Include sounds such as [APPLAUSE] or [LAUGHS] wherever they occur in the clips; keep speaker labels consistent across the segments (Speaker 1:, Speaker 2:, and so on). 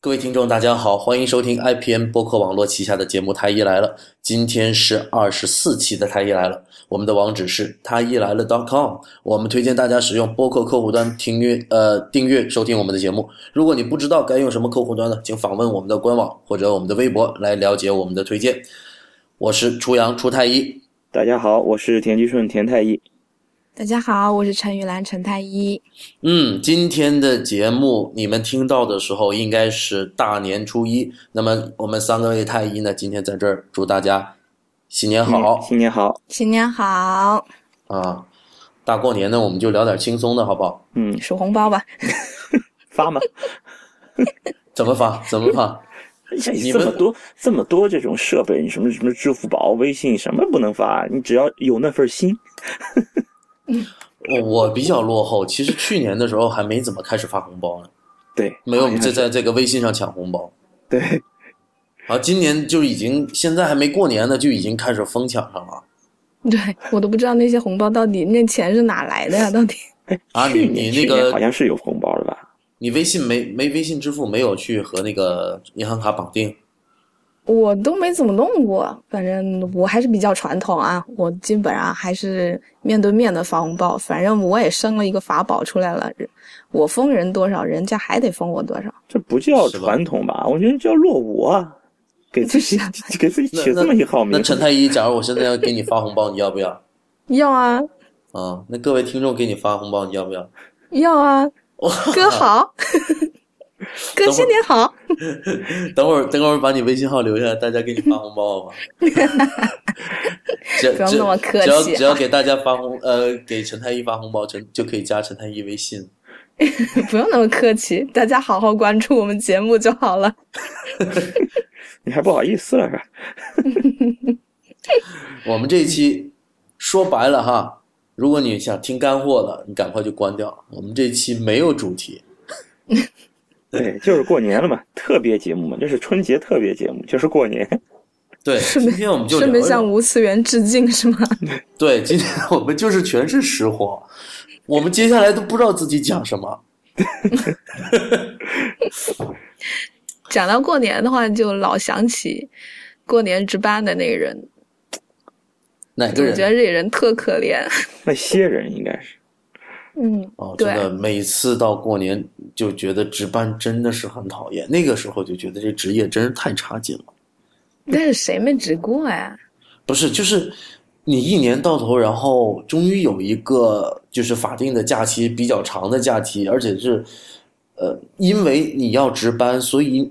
Speaker 1: 各位听众，大家好，欢迎收听 IPN 播客网络旗下的节目《太医来了》，今天是二十四期的《太医来了》，我们的网址是太医来了 .com，我们推荐大家使用播客客户端订阅呃订阅收听我们的节目。如果你不知道该用什么客户端呢，请访问我们的官网或者我们的微博来了解我们的推荐。我是初阳初太医，
Speaker 2: 大家好，我是田居顺田太医。
Speaker 3: 大家好，我是陈玉兰，陈太医。
Speaker 1: 嗯，今天的节目你们听到的时候应该是大年初一。那么我们三个位太医呢，今天在这儿祝大家新年好
Speaker 2: 嗯、新年好。
Speaker 3: 新年好，
Speaker 1: 啊！大过年呢，我们就聊点轻松的，好不好？
Speaker 2: 嗯，
Speaker 3: 数红包吧。 [LAUGHS]
Speaker 2: 发吗？ [LAUGHS]
Speaker 1: 怎么发？怎么发？
Speaker 2: 哎
Speaker 1: 你
Speaker 2: 这
Speaker 1: 们
Speaker 2: 么多这么多这种设备，你什么什么支付宝、微信什么不能发？啊你只要有那份心。
Speaker 1: 我我比较落后，其实去年的时候还没怎么开始发红包呢，
Speaker 2: 对，
Speaker 1: 没有
Speaker 2: 好像
Speaker 1: 在
Speaker 2: 是
Speaker 1: 在这个微信上抢红包。
Speaker 2: 对，
Speaker 1: 啊，今年就已经现在还没过年呢，就已经开始疯抢上了
Speaker 3: 对我都不知道那些红包到底那钱是哪来的呀？到底
Speaker 1: 啊！你
Speaker 2: 去
Speaker 1: 你
Speaker 2: 年
Speaker 1: 那
Speaker 2: 去年
Speaker 1: 个
Speaker 2: 好像是有红包的吧？
Speaker 1: 你微信没没微信支付没有去和那个银行卡绑定？
Speaker 3: 我都没怎么弄过，反正我还是比较传统啊，我基本上还是面对面的发红包。反正我也生了一个法宝出来了，我封人多少，人家还得封我多少。
Speaker 2: 这不叫
Speaker 1: 是吧
Speaker 2: 传统吧？我觉得叫落伍啊，给自
Speaker 1: [LAUGHS]
Speaker 2: 己给自己
Speaker 1: 那
Speaker 2: 起这么一号
Speaker 1: 那
Speaker 2: 名。
Speaker 1: 陈太医，假如我现在要给你发红包，你要不要？
Speaker 3: 要啊，
Speaker 1: 啊，那各位听众给你发红包，你要不要？
Speaker 3: 要啊，哥好，哥新年好，
Speaker 1: 等会儿等会儿把你微信号留下来，大家给你发红包好吗？只
Speaker 3: [LAUGHS] 不要那么客气啊
Speaker 1: 只要只要给大家发红，呃，给陈太医发红包，陈就可以加陈太医微信。
Speaker 3: 不用那么客气，大家好好关注我们节目就好了。
Speaker 2: 你还不好意思了是吧？
Speaker 1: 我们这一期说白了哈，如果你想听干货的，你赶快就关掉。我们这期没有主题，
Speaker 2: 对，就是过年了嘛，特别节目嘛，这是春节特别节目，就是过年。 [LAUGHS]
Speaker 1: 对，今天我们就聊
Speaker 3: 顺便
Speaker 1: 一
Speaker 3: 向无次元致敬是吗？ [LAUGHS]
Speaker 1: 对，今天我们就是全是实货，我们接下来都不知道自己讲什么。
Speaker 3: 讲到过年的话，就老想起过年值班的那个人，
Speaker 1: 哪个
Speaker 3: 总觉得
Speaker 1: 人？
Speaker 3: 这人特可怜。 [LAUGHS]
Speaker 2: 那些人应该是
Speaker 3: 嗯，
Speaker 1: 哦，真
Speaker 3: 对
Speaker 1: 的，每次到过年就觉得值班真的是很讨厌。那个时候就觉得这职业真是太差劲了。
Speaker 3: 但是谁没值过呀？
Speaker 1: 不是，就是你一年到头，然后终于有一个就是法定的假期，比较长的假期，而且是，呃，因为你要值班，所以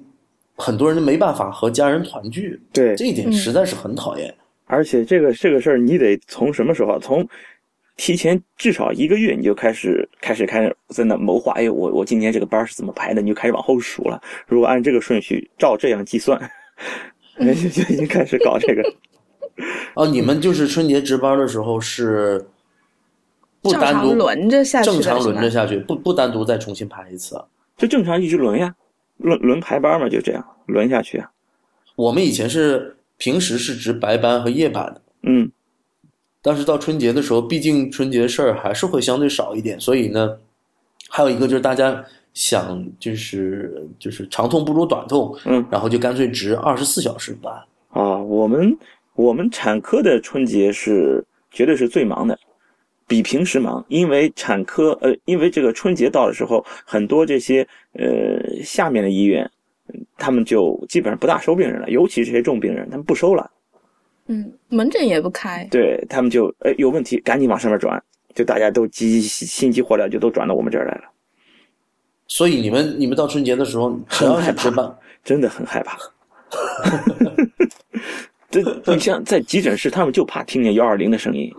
Speaker 1: 很多人就没办法和家人团聚，
Speaker 2: 对
Speaker 1: 这一点
Speaker 3: 嗯
Speaker 1: 实在是很讨厌。
Speaker 2: 而且这个这个事儿，你得从什么时候啊？从提前至少一个月，你就开始开始开始在那谋划。哎，我我今年这个班儿是怎么排的？你就开始往后数了。如果按这个顺序，照这样计算，哎 [LAUGHS] 就就已经开始搞这个。
Speaker 1: 哦，你们就是春节值班的时候是不
Speaker 3: 正
Speaker 1: 单独
Speaker 3: 常轮着下去的
Speaker 1: 正常轮着
Speaker 3: 是吧
Speaker 1: 下去，不不单独再重新排一次。啊
Speaker 2: 就正常一直轮呀，轮轮排班嘛，就这样轮下去啊。
Speaker 1: 我们以前是平时是值白班和夜班的，
Speaker 2: 嗯，
Speaker 1: 但是到春节的时候，毕竟春节事儿还是会相对少一点，所以呢，还有一个就是大家想就是就是长痛不如短痛，
Speaker 2: 嗯
Speaker 1: 然后就干脆值二十四小时班。
Speaker 2: 啊，我们我们产科的春节是绝对是最忙的，比平时忙，因为产科呃，因为这个春节到的时候，很多这些呃下面的医院，嗯他们就基本上不大收病人了，尤其是这些重病人，他们不收了，
Speaker 3: 嗯，门诊也不开。
Speaker 2: 对他们就哎有问题赶紧往上面转，就大家都急心急火燎就都转到我们这儿来了，
Speaker 1: 所以你们你们到春节的时候，只
Speaker 2: 很
Speaker 1: 要是
Speaker 2: 害怕
Speaker 1: 值班，
Speaker 2: 真的很害怕。 [LAUGHS] 这你像在急诊室，他们就怕听见幺二零的声音，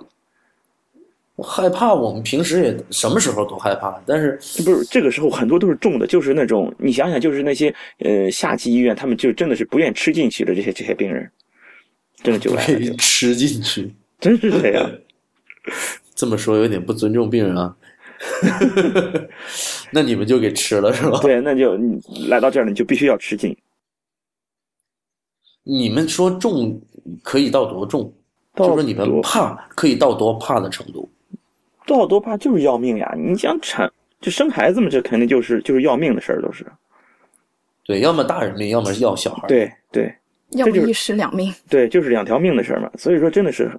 Speaker 1: 我害怕。我们平时也什么时候都害怕，但是
Speaker 2: 不是这个时候很多都是重的，就是那种你想想，就是那些呃下级医院，他们就真的是不愿吃进去的这些这些病人，真的就
Speaker 1: 不
Speaker 2: 来
Speaker 1: 可
Speaker 2: 了，
Speaker 1: 以
Speaker 2: 就
Speaker 1: 吃进去。
Speaker 2: 真是这
Speaker 1: [LAUGHS]
Speaker 2: 样。
Speaker 1: 这么说有点不尊重病人啊。 [LAUGHS] 那你们就给吃了是吧？
Speaker 2: 对，那就你来到这儿了，你就必须要吃进。
Speaker 1: 你们说重可以到多重？就
Speaker 2: 到
Speaker 1: 说你们
Speaker 2: 多
Speaker 1: 怕可以到多怕的程度？
Speaker 2: 多少多怕就是要命呀！你想产就生孩子嘛，这肯定就是就是要命的事儿，都是。
Speaker 1: 对，要么大人命，要么要小孩。，
Speaker 2: 对对
Speaker 3: 要
Speaker 2: 这
Speaker 3: 不
Speaker 2: 就是
Speaker 3: 一尸两命。
Speaker 2: 对，就是两条命的事儿嘛。所以说，真的是，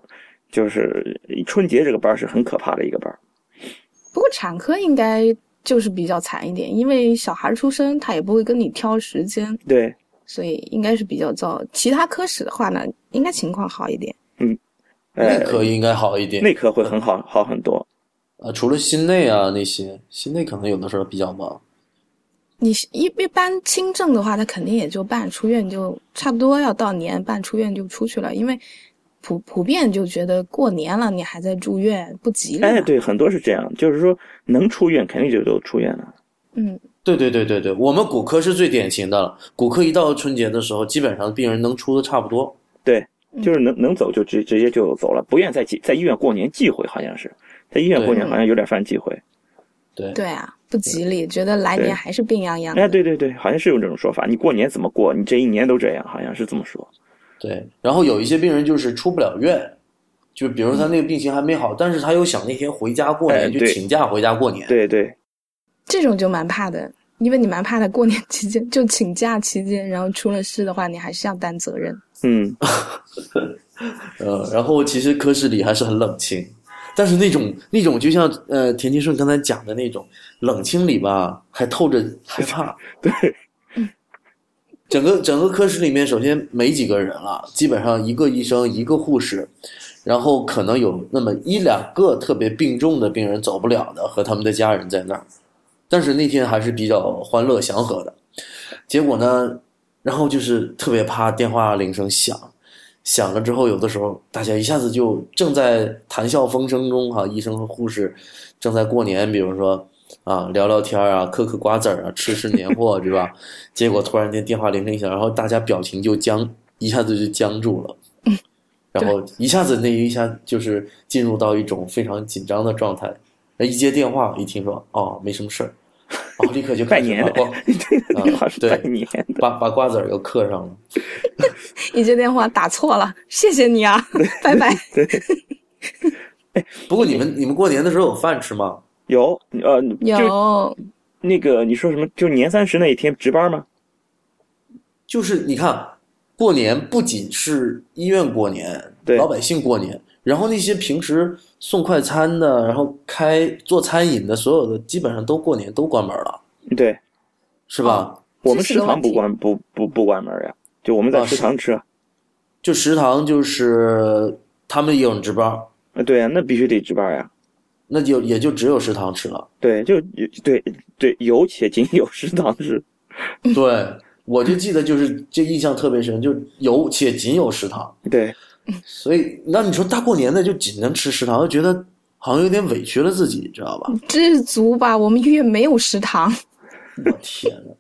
Speaker 2: 就是春节这个班儿是很可怕的一个班儿。
Speaker 3: 不过产科应该就是比较惨一点，因为小孩出生他也不会跟你挑时间，
Speaker 2: 对，
Speaker 3: 所以应该是比较糟。其他科室的话呢，应该情况好一点。
Speaker 2: 呃
Speaker 1: 内，科应嗯该好一点。
Speaker 2: 内科会很好好很多。
Speaker 1: 呃，除了心内啊那些，心内可能有的时候比较忙。
Speaker 3: 你一一般轻症的话，他肯定也就办出院就差不多要到年办出院就出去了，因为普普遍就觉得过年了你还在住院不吉利。
Speaker 2: 哎，，对，很多是这样，就是说能出院肯定就都出院了。
Speaker 3: 嗯，
Speaker 1: 对对对对对，我们骨科是最典型的了。骨科一到春节的时候，基本上病人能出的差不多。
Speaker 2: 对，
Speaker 3: 嗯
Speaker 2: 就是能能走就直直接就走了，不愿在在医院过年忌讳，好像是在医院过年
Speaker 3: 对
Speaker 2: 好像有点犯忌讳。
Speaker 1: 对，
Speaker 3: 对啊，不吉利，觉得来
Speaker 2: 对
Speaker 3: 年还是病殃殃的。
Speaker 2: 哎，对对对，好像是有这种说法。你过年怎么过？你这一年都这样，好像是这么说。
Speaker 1: 对，然后有一些病人就是出不了院，就比如他那个病情还没好，但是他又想那天回家过
Speaker 2: 嗯哎
Speaker 1: 年，就
Speaker 2: 对
Speaker 1: 请假回家过年。
Speaker 2: 对对
Speaker 3: 这种就蛮怕的，因为你蛮怕的，过年期间就请假期间，然后出了事的话，你还是要担责任。 [LAUGHS]
Speaker 2: 嗯，
Speaker 1: 呃，然后其实科室里还是很冷清，但是那种那种就像呃田金顺刚才讲的那种冷清里吧，还透着害怕。
Speaker 2: 对，
Speaker 1: 整个整个科室里面，首先没几个人了，基本上一个医生，一个护士，然后可能有那么一两个特别病重的病人走不了的，和他们的家人在那儿。但是那天还是比较欢乐祥和的。结果呢，然后就是特别怕电话铃声响，响了之后，有的时候大家一下子就正在谈笑风生中哈、医生和护士正在过年，比如说啊聊聊天啊，嗑嗑瓜子儿啊，吃吃年货，对
Speaker 2: [LAUGHS]
Speaker 1: 吧？结果突然间电话铃声一响，然后大家表情就僵，一下子就僵住
Speaker 2: [LAUGHS]
Speaker 1: 了。然后一下子那一下就是进入到一种非常紧张的状态，一接电话一听说哦没什么事儿，哦立刻就
Speaker 2: 拜
Speaker 1: 开始
Speaker 2: 年
Speaker 1: 把
Speaker 2: 的
Speaker 1: 瓜，
Speaker 2: 这个电话是
Speaker 1: 对
Speaker 2: 拜年的。
Speaker 1: 把把瓜子儿又嗑上了。
Speaker 3: 你这电话打错了，谢谢
Speaker 2: [LAUGHS]
Speaker 3: 你啊，拜拜。
Speaker 1: 不过你们你们过年的时候有饭吃吗？
Speaker 2: 有呃，就
Speaker 3: 有
Speaker 2: 那个你说什么？就年三十那一天值班吗？
Speaker 1: 就是你看，过年不仅是医院过年，
Speaker 2: 对
Speaker 1: 老百姓过年，然后那些平时送快餐的，然后开做餐饮的，所有的基本上都过年都关门了，
Speaker 2: 对
Speaker 1: 是吧？
Speaker 2: 我们
Speaker 3: 是
Speaker 2: 食
Speaker 3: 有
Speaker 2: 堂
Speaker 3: 问
Speaker 2: 不
Speaker 3: 题哦
Speaker 2: 关不不不关门呀，就我们在
Speaker 1: 啊
Speaker 2: 食
Speaker 1: 是
Speaker 2: 堂吃。啊，
Speaker 1: 就食堂就是他们也有值班，
Speaker 2: 呃对呀，那必须得值班呀。
Speaker 1: 那就也就只有食堂吃了。
Speaker 2: 对，就对对，有且仅有食堂是。
Speaker 1: 对，我就记得就是这印象特别深，就有且仅有食堂，
Speaker 2: 对
Speaker 1: 所以那你说大过年的就仅能吃食堂，就觉得好像有点委屈了自己，知道吧？
Speaker 3: 知足吧，我们医院没有食堂，
Speaker 1: 我天呐！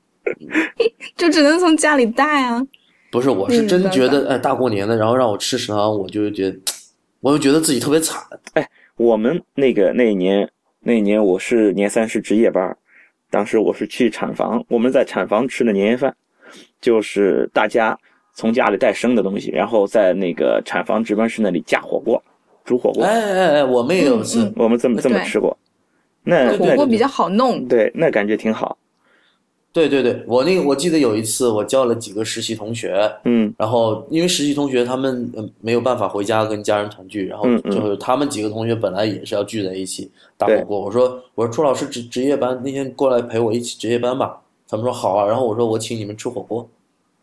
Speaker 3: 就只能从家里带啊。
Speaker 1: 不是，我是真觉得，哎，大过年的，然后让我吃食堂，我就觉得，我就觉得自己特别惨。
Speaker 2: 我们那个那一年那一年我是年三十值夜班儿，当时我是去产房，我们在产房吃的年夜饭，就是大家从家里带生的东西，然后在那个产房值班室那里架火锅，煮火锅，
Speaker 1: 哎哎哎，我们也有一次，
Speaker 3: 嗯
Speaker 2: 我们这么这么
Speaker 3: 对
Speaker 2: 吃过。那
Speaker 1: 对
Speaker 3: 火
Speaker 2: 那
Speaker 3: 锅比较好弄，
Speaker 2: 哎对，那感觉挺好。
Speaker 1: 对对对，我那个我记得有一次，我叫了几个实习同学，
Speaker 2: 嗯
Speaker 1: 然后因为实习同学他们嗯没有办法回家跟家人团聚，然后
Speaker 2: 嗯嗯
Speaker 1: 就是他们几个同学本来也是要聚在一起打火锅，我说我说朱老师值值夜班，那天过来陪我一起值夜班吧，他们说好啊，然后我说我请你们吃火锅，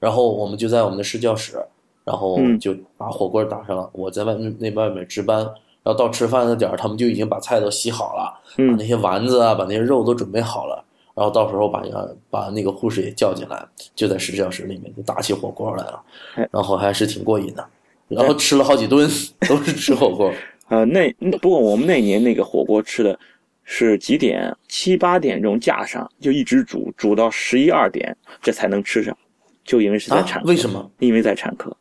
Speaker 1: 然后我们就在我们的试教室，然后
Speaker 2: 嗯
Speaker 1: 就把火锅打上了，我在外面那外面值班，然后到吃饭的点儿，他们就已经把菜都洗好了，把
Speaker 2: 嗯
Speaker 1: 那些丸子啊，把那些肉都准备好了，然后到时候把呃把那个护士也叫进来，就在实教室里面就打起火锅来了
Speaker 2: 哎，
Speaker 1: 然后还是挺过瘾的，然后吃了好几顿，都是吃火
Speaker 2: [LAUGHS]
Speaker 1: 锅，
Speaker 2: 呃，那那不过我们那年那个火锅吃的是几点？七八点钟架上，就一直煮，煮到十一二点，这才能吃上，就因为是在
Speaker 1: 啊
Speaker 2: 产、？
Speaker 1: 为什么？
Speaker 2: 因为在产科，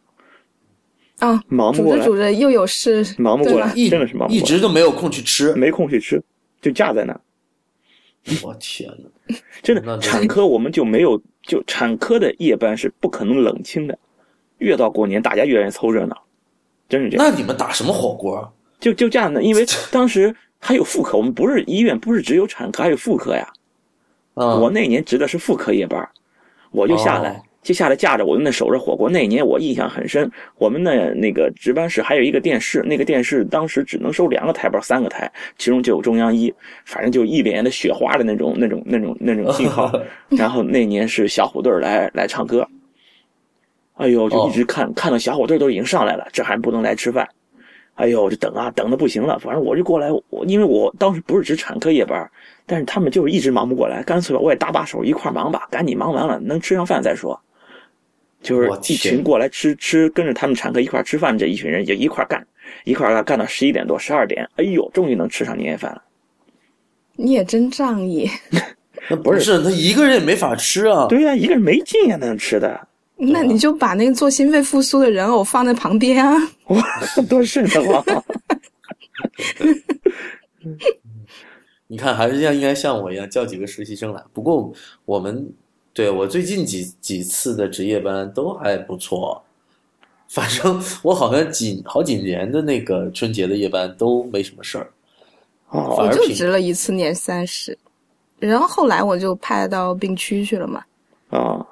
Speaker 3: 啊，
Speaker 2: 忙不
Speaker 3: 煮
Speaker 2: 过
Speaker 3: 着
Speaker 2: 来，
Speaker 3: 煮着又有事，
Speaker 2: 忙不
Speaker 3: 对
Speaker 2: 过
Speaker 3: 吧
Speaker 2: 来，
Speaker 1: 一
Speaker 2: 真的是啊忙不
Speaker 1: 一
Speaker 2: 过来，
Speaker 1: 直都没有空去吃，
Speaker 2: 没空去吃，就架在那儿。嗯
Speaker 1: 我天哪！
Speaker 2: 真
Speaker 1: 那
Speaker 2: 的，
Speaker 1: 这
Speaker 2: 产科我们就没有，就产科的夜班是不可能冷清的，越到过年大家越愿意凑热闹，真是这样。
Speaker 1: 那你们打什么火锅？啊
Speaker 2: 就就这样的，因为当时还有妇科，我们不是医院，不是只有产科，还有妇科呀。
Speaker 1: 啊、
Speaker 2: 我那年值的是妇科夜班儿，我就下来。
Speaker 1: 哦
Speaker 2: 就下来架着我就那守着火锅。那一年我印象很深，我们那那个值班室还有一个电视，那个电视当时只能收两个台，不是三个台，其中就有中央一，反正就一脸的雪花的那种那种那种那种
Speaker 1: [LAUGHS]
Speaker 2: 信号。然后那年是小虎队儿来来唱歌，哎呦，就
Speaker 1: 哦
Speaker 2: 一直看、看到小虎队都已经上来了，这还不能来吃饭。哎呦，我就等啊，等的不行了。反正我就过来，我因为我当时不是值产科夜班，但是他们就是一直忙不过来，干脆吧，我也搭把手一块儿忙吧，赶紧忙完了能吃上饭再说。就是
Speaker 1: 我
Speaker 2: 一
Speaker 1: 天
Speaker 2: 群过来吃吃，跟着他们产科一块儿吃饭这一群人就一块儿干，一块儿干干到十一点多十二点，哎呦，终于能吃上年夜饭了。
Speaker 3: 你也真仗义，
Speaker 1: 那不是他一个人也没法吃啊。
Speaker 2: 对呀、一个人没劲呀、那能吃的，
Speaker 3: 那你就把那个做心肺复苏的人偶放在旁
Speaker 2: [LAUGHS]
Speaker 3: 边啊。
Speaker 2: 哇，多瘆
Speaker 1: [LAUGHS]
Speaker 2: 得慌。
Speaker 1: 你看，还是像应该像我一样叫几个实习生来。不过我们对我最近几几次的值夜班都还不错，反正我好像几好几年的那个春节的夜班都没什么事儿。
Speaker 2: 哦
Speaker 1: 反
Speaker 3: 我
Speaker 1: 而
Speaker 3: 就
Speaker 1: 平
Speaker 3: 值了一次年三十，然后后来我就派到病区去了嘛，
Speaker 2: 哦，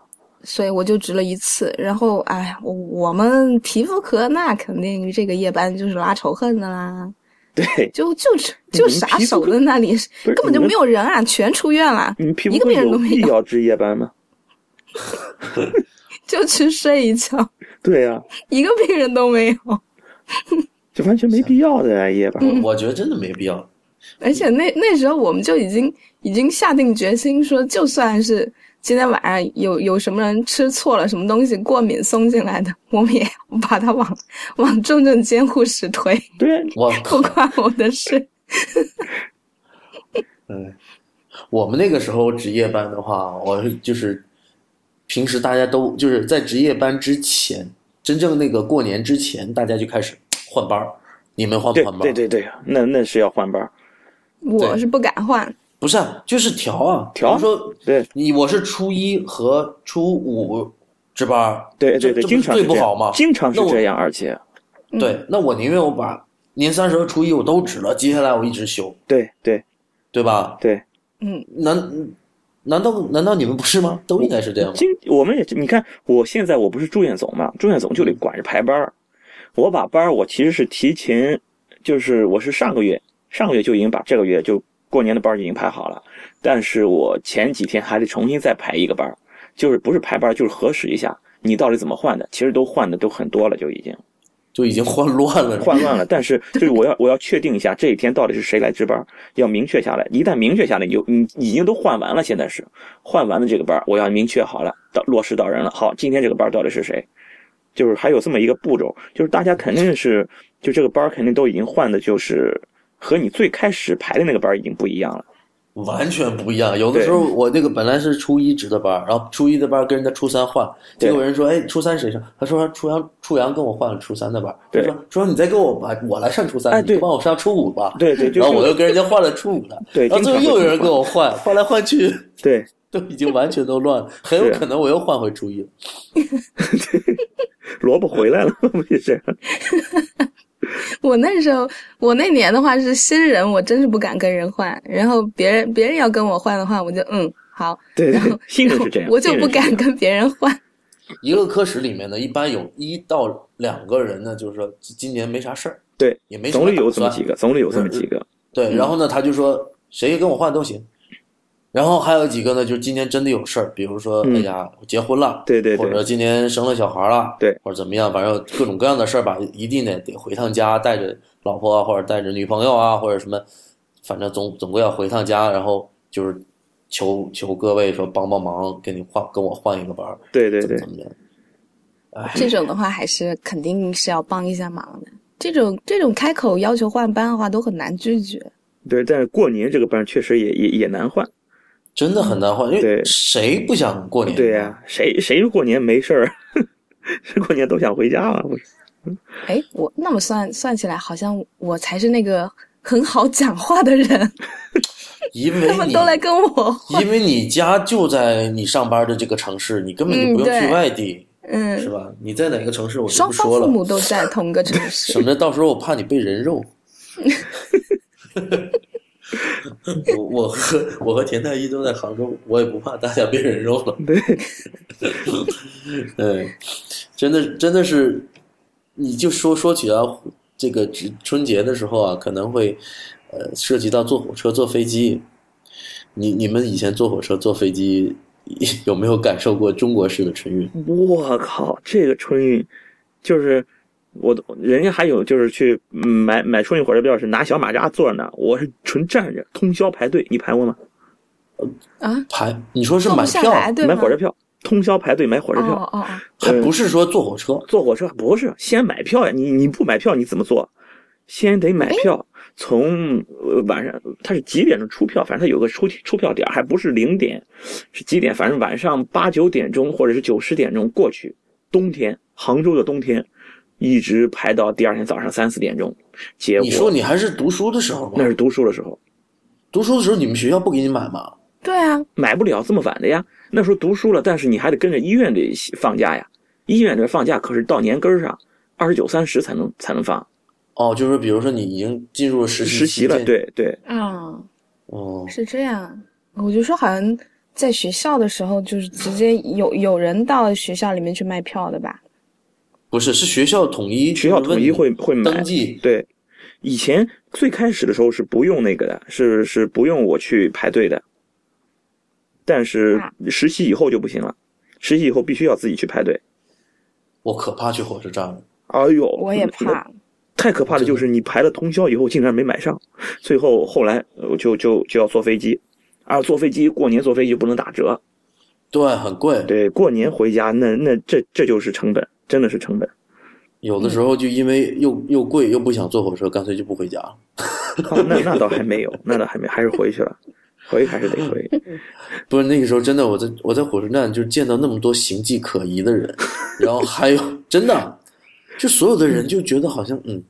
Speaker 3: 所以我就值了一次。然后，哎，我我们皮肤科那肯定这个夜班就是拉仇恨的啦，
Speaker 2: 对，
Speaker 3: 就就就傻守在那里，
Speaker 2: 不是
Speaker 3: 根本
Speaker 2: 你
Speaker 3: 就
Speaker 2: 们
Speaker 3: 没有人啊，全出院了，
Speaker 2: 你们皮肤
Speaker 3: 一个
Speaker 2: 科
Speaker 3: 病人
Speaker 2: 有
Speaker 3: 都没
Speaker 2: 必
Speaker 3: 有，
Speaker 2: 要值夜班吗？
Speaker 3: 就去睡一觉，
Speaker 2: 对呀、
Speaker 3: 一个病人都没有。
Speaker 2: 就完全没必要的呀夜班。
Speaker 3: 嗯
Speaker 1: 我觉得真的没必要。
Speaker 3: 而且那那时候我们就已经已经下定决心说，就算是今天晚上有有什么人吃错了什么东西过敏送进来的， [LAUGHS] 我们也要把他往往重症监护室推，
Speaker 2: 对呀，
Speaker 1: [LAUGHS] 我
Speaker 3: 不关我的事。
Speaker 1: 嗯，我们那个时候值夜班的话，我是就是平时大家都就是在值夜班之前，真正那个过年之前，大家就开始换班儿。你们换不
Speaker 2: 对
Speaker 1: 换班儿？
Speaker 2: 对对对，那那是要换班儿。
Speaker 3: 我是不敢换，
Speaker 1: 不是啊，就是调啊，
Speaker 2: 调
Speaker 1: 比如说
Speaker 2: 对
Speaker 1: 你我是初一和初五值班儿，
Speaker 2: 对对
Speaker 1: 这
Speaker 2: 对，
Speaker 1: 这
Speaker 2: 经
Speaker 1: 不是
Speaker 2: 常
Speaker 1: 最
Speaker 2: 是这
Speaker 1: 不好吗
Speaker 2: 样，？经常是
Speaker 1: 那我
Speaker 2: 这样，而且
Speaker 3: 嗯
Speaker 1: 对，那我宁愿我把年三十和初一我都值了，接下来我一直休，
Speaker 2: 对对
Speaker 1: 对吧？
Speaker 2: 对，
Speaker 3: 嗯，
Speaker 1: 难难道难道你们不是吗？都应该是这样吗？
Speaker 2: 经我们也你看，我现在我不是住院总嘛，住院总就得管着排班儿。我把班儿我其实是提前，就是我是上个月上个月就已经把这个月就过年的班儿已经排好了，但是我前几天还得重新再排一个班儿，就是不是排班儿就是核实一下你到底怎么换的，其实都换的都很多了就已经。
Speaker 1: 就已经换乱了，
Speaker 2: 换乱了，但是就是我要我要确定一下这一天到底是谁来值班，要明确下来。一旦明确下来，有你已经都换完了，现在是换完了这个班，我要明确好了，到落实到人了。好，今天这个班到底是谁？就是还有这么一个步骤，就是大家肯定是就这个班肯定都已经换的，就是和你最开始排的那个班已经不一样了。
Speaker 1: 完全不一样。有的时候我那个本来是初一值的班，然后初一的班跟人家初三换，
Speaker 2: 对
Speaker 1: 结果人说：“哎，初三谁上？”他说：“初阳，初阳跟我换了初三的班。”
Speaker 2: 对
Speaker 1: 他说：“初阳，你再给我把我来上初三，
Speaker 2: 哎对
Speaker 1: 你帮我上初五吧。”
Speaker 2: 对对，就
Speaker 1: 然后我
Speaker 2: 是
Speaker 1: 又跟人家换了初五的，
Speaker 2: 对
Speaker 1: 然后最后
Speaker 2: 经常
Speaker 1: 又
Speaker 2: 会
Speaker 1: 有人
Speaker 2: 这么
Speaker 1: 跟我换，换来换去
Speaker 2: 对
Speaker 1: 都已经完全都乱了，很有
Speaker 2: 是
Speaker 1: 可能我又换回初一了。
Speaker 2: 萝卜回来了，不是这样。
Speaker 3: 我那时候我那年的话是新人，我真是不敢跟人换。然后别人别人要跟我换的话，我就嗯好，
Speaker 2: 对
Speaker 3: 然
Speaker 2: 对
Speaker 3: 后，
Speaker 2: 新人是这样，
Speaker 3: 我就
Speaker 2: 新人
Speaker 3: 不
Speaker 2: 是这样
Speaker 3: 敢跟别人换。
Speaker 1: 一个科室里面呢，一般有一到两个人呢，就是说今年没啥事儿，
Speaker 2: 对，
Speaker 1: 也没什
Speaker 2: 总
Speaker 1: 么
Speaker 2: 得有
Speaker 1: 打
Speaker 2: 这么
Speaker 1: 算
Speaker 2: 几个，嗯总得有这么几个。
Speaker 1: 对，然后呢，他就说谁跟我换都行。然后还有几个呢，就是今年真的有事儿，比如说，
Speaker 2: 嗯
Speaker 1: 哎呀，我结婚了，
Speaker 2: 对对对
Speaker 1: 或者今年生了小孩了，
Speaker 2: 对
Speaker 1: 或者怎么样，反正有各种各样的事儿吧，一定得得回趟家，带着老婆啊，或者带着女朋友啊，或者什么，反正总总归要回趟家，然后就是求求各位说帮帮忙，给你换跟我换一个班儿，
Speaker 2: 对对
Speaker 1: 怎么
Speaker 2: 对
Speaker 1: 怎，么样。 [LAUGHS]
Speaker 3: 这种的话，还是肯定是要帮一下忙的。这种这种开口要求换班的话，都很难拒绝。
Speaker 2: 对，但是过年这个班确实也也也难换。
Speaker 1: 真的很难换，因为
Speaker 2: 对
Speaker 1: 谁不想过年？
Speaker 2: 对呀、谁谁过年没事儿， [LAUGHS] 谁过年都想回家嘛，不是？
Speaker 3: 哎，我那么算算起来，好像我才是那个很好讲话的人，
Speaker 1: 因为
Speaker 3: 他们
Speaker 1: 你
Speaker 3: 都来跟我
Speaker 1: [LAUGHS]
Speaker 3: 换。
Speaker 1: 因为你家就在你上班的这个城市，你根本就不用
Speaker 3: 嗯对
Speaker 1: 去外地，是
Speaker 3: 嗯，
Speaker 1: 吧？你在哪个城市我就
Speaker 3: 双
Speaker 1: 不
Speaker 3: 方
Speaker 1: 说
Speaker 3: 父
Speaker 1: 了，
Speaker 3: 母都
Speaker 1: [LAUGHS]
Speaker 3: 在同个城市
Speaker 1: 省。得到时候我怕你被人肉。我我和我和田太一都在杭州，我也不怕大家变人肉了。
Speaker 2: [LAUGHS] 对，
Speaker 1: 对，真的真的是，你就说说起啊，这个春春节的时候啊，可能会呃涉及到坐火车、坐飞机。你你们以前坐火车、坐飞机 [LAUGHS] 有没有感受过中国式的春运？
Speaker 2: 我靠，这个春运，就是我都，人家还有就是去嗯买买春运火车票是拿小马扎坐着呢，我是纯站着，通宵排队，你排过吗？
Speaker 3: 啊，
Speaker 1: 排你说是
Speaker 3: 坐
Speaker 1: 买
Speaker 3: 不下
Speaker 1: 票，
Speaker 3: 来对吗？
Speaker 2: 买火车票，通宵排队买火车票，
Speaker 3: 哦哦哦，
Speaker 1: 还不是说坐火车？
Speaker 2: 坐火车不是先买票呀，你你不买票你怎么坐？先得买票，从、呃晚上他是几点钟出票？反正他有个出出票点儿，还不是零点，是几点？反正晚上八九点钟或者是九十点钟过去。冬天，杭州的冬天，一直排到第二天早上三四点钟。结
Speaker 1: 你说
Speaker 2: 果
Speaker 1: 你还是读书的时候吧
Speaker 2: 那？是读书的时候，
Speaker 1: 读书的时候你们学校不给你买吗？
Speaker 3: 对啊，
Speaker 2: 买不了这么晚的呀。那时候读书了，但是你还得跟着医院里放假呀。医院里放假可是到年根儿上，二十九、三十才能才能放。
Speaker 1: 哦，就是比如说你已经进入了实习
Speaker 2: 实习了，
Speaker 1: 期间，
Speaker 2: 对对。
Speaker 3: 啊，
Speaker 1: 哦，
Speaker 3: 是这样。我就说好像在学校的时候，就是直接有有人到学校里面去卖票的吧？
Speaker 1: 不是，是学校统一，
Speaker 2: 学校统一会会买
Speaker 1: 登记
Speaker 2: 对，以前最开始的时候是不用那个的，是是不用我去排队的。但是
Speaker 3: 啊
Speaker 2: 实习以后就不行了，实习以后必须要自己去排队。
Speaker 1: 我可怕去火车站了。
Speaker 2: 哎呦，
Speaker 3: 我
Speaker 1: [LAUGHS]
Speaker 3: 也怕，
Speaker 2: 太可怕的就是你排了通宵以后，竟然没买上，最后后来呃就就就要坐飞机，啊，坐飞机过年坐飞机不能打折，
Speaker 1: 对，很贵。
Speaker 2: 对，过年回家那那这这就是成本，真的是成本。
Speaker 1: 有的时候就因为又又贵又不想坐火车，干脆就不回家了。
Speaker 2: 啊那那倒还没有，那倒还没，还是回去了，回还是得回。
Speaker 1: 不是那个时候，真的我在我在火车站就见到那么多形迹可疑的人，然后还有真的，就所有的人就觉得好像嗯，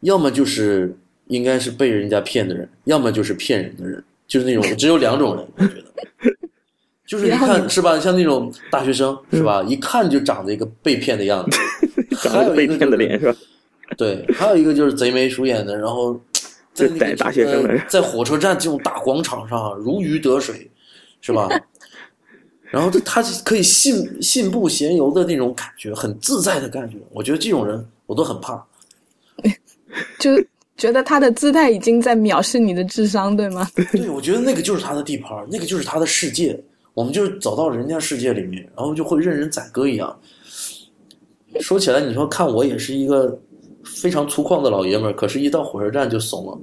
Speaker 1: 要么就是应该是被人家骗的人，要么就是骗人的人，就是那种只有两种人，我觉得。就是一
Speaker 3: 然后
Speaker 1: 看
Speaker 3: 你
Speaker 1: 是吧，像那种大学生是吧，一看就长着一个被骗的样子，
Speaker 2: 嗯 [LAUGHS] 长了个被骗的脸是吧？
Speaker 1: 对，还有一个就是贼眉鼠眼的，然后在那
Speaker 2: 逮
Speaker 1: 个
Speaker 2: 大学生来
Speaker 1: 呃
Speaker 2: 着
Speaker 1: 在火车站这种大广场上啊如鱼得水，是吧？然后他他是可以信信步闲游的那种感觉，很自在的感觉。我觉得这种人我都很
Speaker 2: [LAUGHS]
Speaker 1: 怕。
Speaker 3: 就觉得他的姿态已经在藐视你的智商，对吗？
Speaker 1: 对，我觉得那个就是他的地盘，那个就是他的世界。我们就是走到人家世界里面，然后就会任人宰割一样。说起来，你说看我也是一个非常粗犷的老爷们儿，可是，一到火车站就怂了。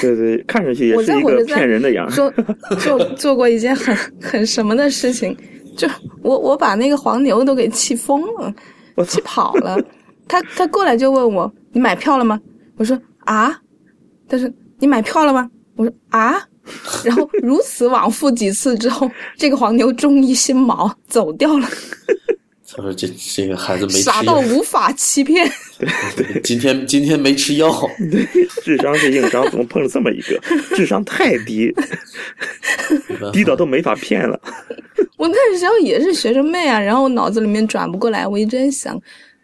Speaker 2: 对对，看上去也
Speaker 3: 我
Speaker 2: 是
Speaker 3: 在
Speaker 2: 一
Speaker 3: 火
Speaker 2: 个
Speaker 3: 车站
Speaker 2: 骗人的样儿。
Speaker 3: 做做做过一件很很什么的事情，就我我把那个黄牛都给气疯了，
Speaker 2: 我操
Speaker 3: 气！跑了。他他过来就问我：“你买票了吗？”我说：“啊。”他说：“你买票了吗？”我说：“啊。”然后如此往复几次之后，这个黄牛终于心毛走掉了，
Speaker 1: 他说这这个孩子没吃
Speaker 3: 傻到
Speaker 1: 药。
Speaker 3: 无法欺骗。
Speaker 1: 今天 [LAUGHS] 今天没吃药，
Speaker 2: 智商是硬伤，怎么碰了这么一个？智商太低，低到都没法骗了。
Speaker 3: 我那时候也是学生妹啊，然后我脑子里面转不过来，我一直在想，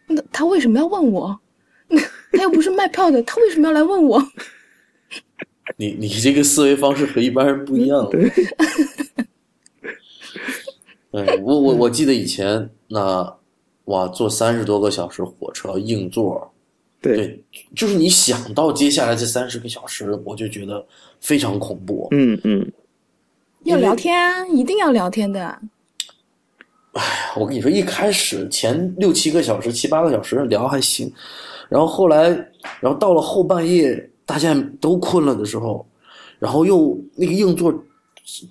Speaker 3: 那他为什么要问我？ [LAUGHS] 他又不是卖票的，他为什么要来问
Speaker 2: [LAUGHS]
Speaker 3: 我？
Speaker 1: 你你这个思维方式和一般人不一样。 [LAUGHS] 对，哎我我我记得以前那哇，坐三十多个小时火车硬座，
Speaker 2: 对，
Speaker 1: 对，就是你想到接下来这三十个小时，我就觉得非常恐怖。
Speaker 2: 嗯嗯，
Speaker 3: 要聊天啊，一定要聊天的。
Speaker 1: 我跟你说，一开始前六七个小时、七八个小时聊还行，然后后来，然后到了后半夜，大家都困了的时候，然后又那个硬座，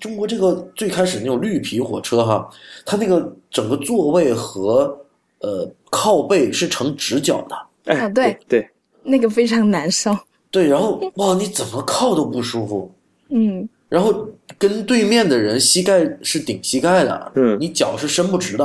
Speaker 1: 中国这个最开始那种绿皮火车哈，它那个整个座位和呃靠背是成直角的，
Speaker 2: 哎，
Speaker 3: 哦对
Speaker 2: 对，
Speaker 3: 那个非常难受。
Speaker 1: 对，然后哇，你怎么靠都不舒服，
Speaker 3: 嗯，
Speaker 1: 然后跟对面的人膝盖是顶膝盖的，
Speaker 2: 嗯
Speaker 1: 你脚是伸不直的，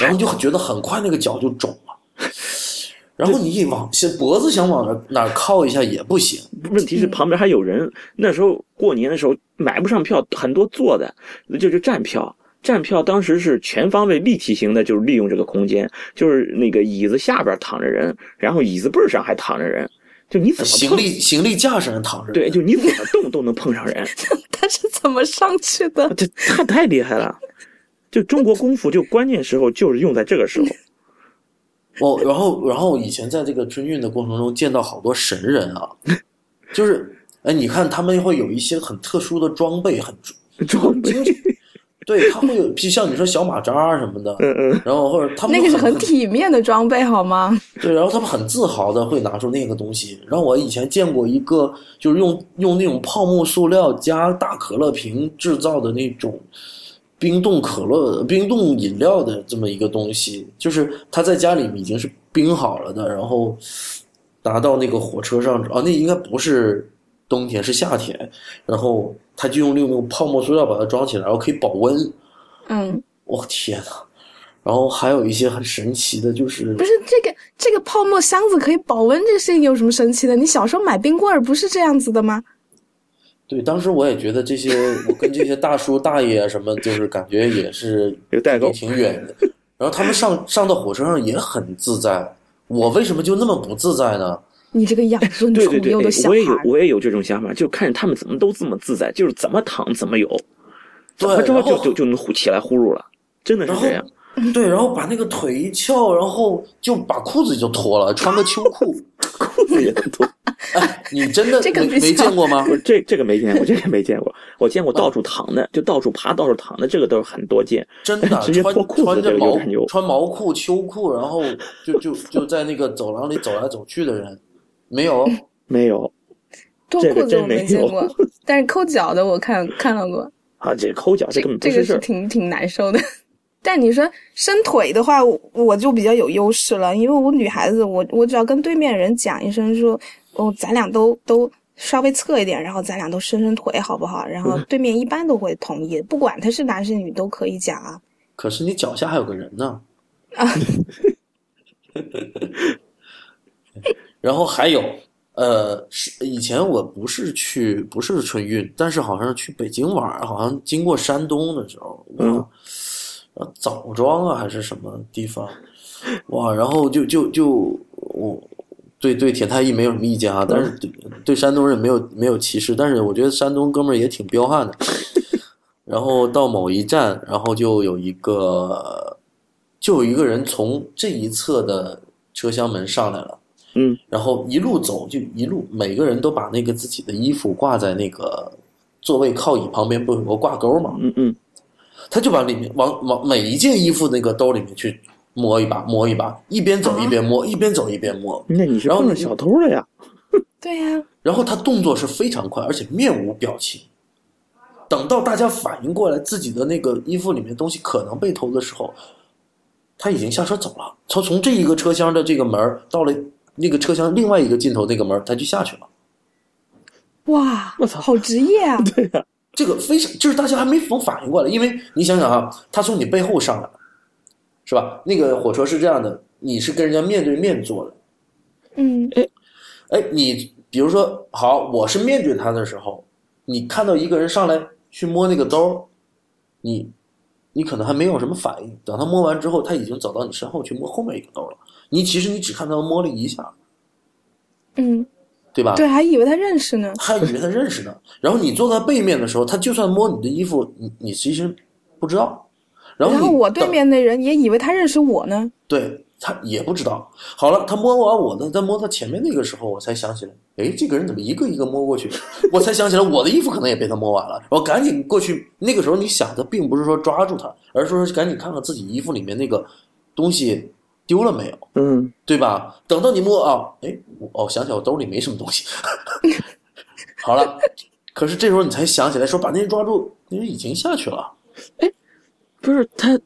Speaker 1: 然后你就觉得很快那个脚就肿了，
Speaker 2: [LAUGHS]
Speaker 1: 然后你一往先脖子想往哪哪靠一下也不行，
Speaker 2: 问题是旁边还有人。那时候过年的时候买不上票，很多坐的，就就站票。站票当时是全方位立体型的，就是利用这个空间，就是那个椅子下边躺着人，然后椅子背儿上还躺着人，就你怎么
Speaker 1: 行
Speaker 2: 碰
Speaker 1: 李行李架上躺着，
Speaker 2: 对，就你怎么动 [LAUGHS] 都能碰上人，
Speaker 3: 他是怎么上去的？
Speaker 2: 这太太厉害了。就中国功夫，就关键时候就是用在这个时候。
Speaker 1: 我然后然后以前在这个春运的过程中见到好多神人
Speaker 2: [LAUGHS]
Speaker 1: 啊，就是哎，你看他们会有一些很特殊的装备，很
Speaker 2: 装备，
Speaker 1: 对，他会有，就像你说小马扎什么的，
Speaker 2: [LAUGHS] 嗯 [LAUGHS] 嗯，
Speaker 1: 然后或者他们
Speaker 3: 那个是
Speaker 1: 就很
Speaker 3: 很体面的装备好吗？
Speaker 2: [LAUGHS]
Speaker 1: 对，然后他们很自豪的会拿出那个东西。然后我以前见过一个，就是用用那种泡沫塑料加大可乐瓶制造的那种冰冻可乐、冰冻饮料的这么一个东西，就是他在家里已经是冰好了的，然后拿到那个火车上，啊，那应该不是冬天，是夏天。然后他就用那种泡沫塑料把它装起来，然后可以保温。
Speaker 3: 嗯，
Speaker 1: 我、天呐，然后还有一些很神奇的，就是
Speaker 3: 不是这个这个泡沫箱子可以保温，这个事情有什么神奇的？你小时候买冰棍儿不是这样子的吗？
Speaker 1: 对，当时我也觉得这些，我跟这些大叔大爷啊什么，就是感觉也是
Speaker 2: [LAUGHS] 有代沟
Speaker 1: 也挺远的。然后他们上上到火车上也很自在，我为什么就那么不自在呢？
Speaker 3: 你这个养尊
Speaker 2: [LAUGHS] 对
Speaker 3: 处
Speaker 2: 对对，
Speaker 3: 优的
Speaker 2: 哎
Speaker 3: 小
Speaker 2: 我
Speaker 3: 孩
Speaker 2: 也有
Speaker 3: 儿，
Speaker 2: 我也有这种想法，就看着他们怎么都这么自在，就是怎么躺怎么有，
Speaker 1: 对，
Speaker 2: 他之后
Speaker 1: 然
Speaker 2: 就
Speaker 1: 后
Speaker 2: 就就能呼起来呼噜了，真的是
Speaker 1: 然后
Speaker 2: 这样。
Speaker 1: 对，然后把那个腿一翘，然后就把裤子就脱了，穿个秋裤。
Speaker 2: 裤子也能脱，
Speaker 1: 哎，你真的
Speaker 3: 这个
Speaker 1: 没
Speaker 3: 比较
Speaker 1: 没见过吗
Speaker 3: [LAUGHS]
Speaker 2: 不？是这这个没见过，这个没见过，我见过到处躺的，就到处爬，到处躺的，这个都是很多见。
Speaker 1: 真的
Speaker 2: 直接
Speaker 1: 穿
Speaker 2: 脱裤子
Speaker 1: 穿着
Speaker 2: 这个有
Speaker 1: 毛
Speaker 2: 点牛
Speaker 1: 穿毛裤、秋裤，然后就就就在那个走廊里走来走去的人，没
Speaker 3: [LAUGHS]
Speaker 1: 有。
Speaker 2: 没有
Speaker 3: 脱
Speaker 2: 这个
Speaker 3: 裤子
Speaker 2: 真
Speaker 3: 我没
Speaker 2: 没
Speaker 3: 见
Speaker 2: 有
Speaker 3: 过， [LAUGHS] 但是抠脚的我看看到过。
Speaker 2: 啊，这抠脚这
Speaker 3: 这
Speaker 2: 根本不
Speaker 3: 这个
Speaker 2: 是事
Speaker 3: 是
Speaker 2: 儿。
Speaker 3: 挺挺难受的。但你说伸腿的话，我我就比较有优势了，因为我女孩子，我我只要跟对面人讲一声说，哦，咱俩都都稍微侧一点，然后咱俩都伸伸腿，好不好？然
Speaker 1: 嗯
Speaker 3: 后对面一般都会同意，不管他是男是女都可以讲啊。
Speaker 1: 可是你脚下还有个人呢。
Speaker 3: 啊
Speaker 1: 然后还有，呃，是以前我不是去不是春运，但是好像是去北京玩儿，好像经过山东的时候，哇
Speaker 2: 嗯，
Speaker 1: 呃枣庄啊还是什么地方，哇，然后就就就我。对对，铁太义没有什么意见啊，但是对对山东人没有没有歧视，但是我觉得山东哥们儿也挺彪悍的，然后到某一站，然后就有一个，就有一个人从这一侧的车厢门上来了，
Speaker 2: 嗯，
Speaker 1: 然后一路走就一路，每个人都把那个自己的衣服挂在那个座位靠椅旁边，不是有个挂钩嘛，
Speaker 2: 嗯嗯，
Speaker 1: 他就把里面往往每一件衣服那个兜里面去摸一把，摸一把，一边走一边摸，一边走一边摸，
Speaker 2: 那你是
Speaker 1: 然后
Speaker 2: 碰上
Speaker 1: 你
Speaker 2: 小偷了呀？ [LAUGHS]
Speaker 3: 对呀、
Speaker 1: 然后他动作是非常快，而且面无表情。等到大家反应过来自己的那个衣服里面东西可能被偷的时候，他已经下车走了。他从这一个车厢的这个门儿到了那个车厢另外一个尽头那个门儿，他就下去了。
Speaker 3: 哇，
Speaker 2: 我操
Speaker 3: 好职业
Speaker 1: [LAUGHS]
Speaker 3: 啊！
Speaker 1: 这个非常就是大家还没反反应过来，因为你想想啊，他从你背后上来，是吧？那个火车是这样的，你是跟人家面对面坐的，
Speaker 3: 嗯，
Speaker 1: 哎，你比如说，好，我是面对他的时候，你看到一个人上来去摸那个兜儿，你你可能还没有什么反应，等他摸完之后，他已经走到你身后去摸后面一个兜儿了。你其实你只看到他摸了一下，
Speaker 3: 嗯，
Speaker 1: 对吧？
Speaker 3: 对，还以为他认识呢。
Speaker 1: 他还以为他认识呢。然后你坐在背面的时候，他就算摸你的衣服，你你其实不知道。然后
Speaker 3: 然
Speaker 1: 你
Speaker 3: 后我对
Speaker 1: 等
Speaker 3: 面那人也以为他认识我呢。
Speaker 1: 对他也不知道。好了，他摸完我的，在摸到前面那个时候，我才想起来，哎，这个人怎么一个一个摸过去？ [LAUGHS] 我才想起来我的衣服可能也被他摸完了。我赶紧过去，那个时候你想的并不是说抓住他，而是说赶紧看看自己衣服里面那个东西丢了没有，
Speaker 2: 嗯，
Speaker 1: 对吧？等到你摸啊，哎，我哦，想起来我兜里没什么东西。 [LAUGHS] 好了，可是这时候你才想起来说把那人抓住，那人已经下去了。
Speaker 2: 不是他，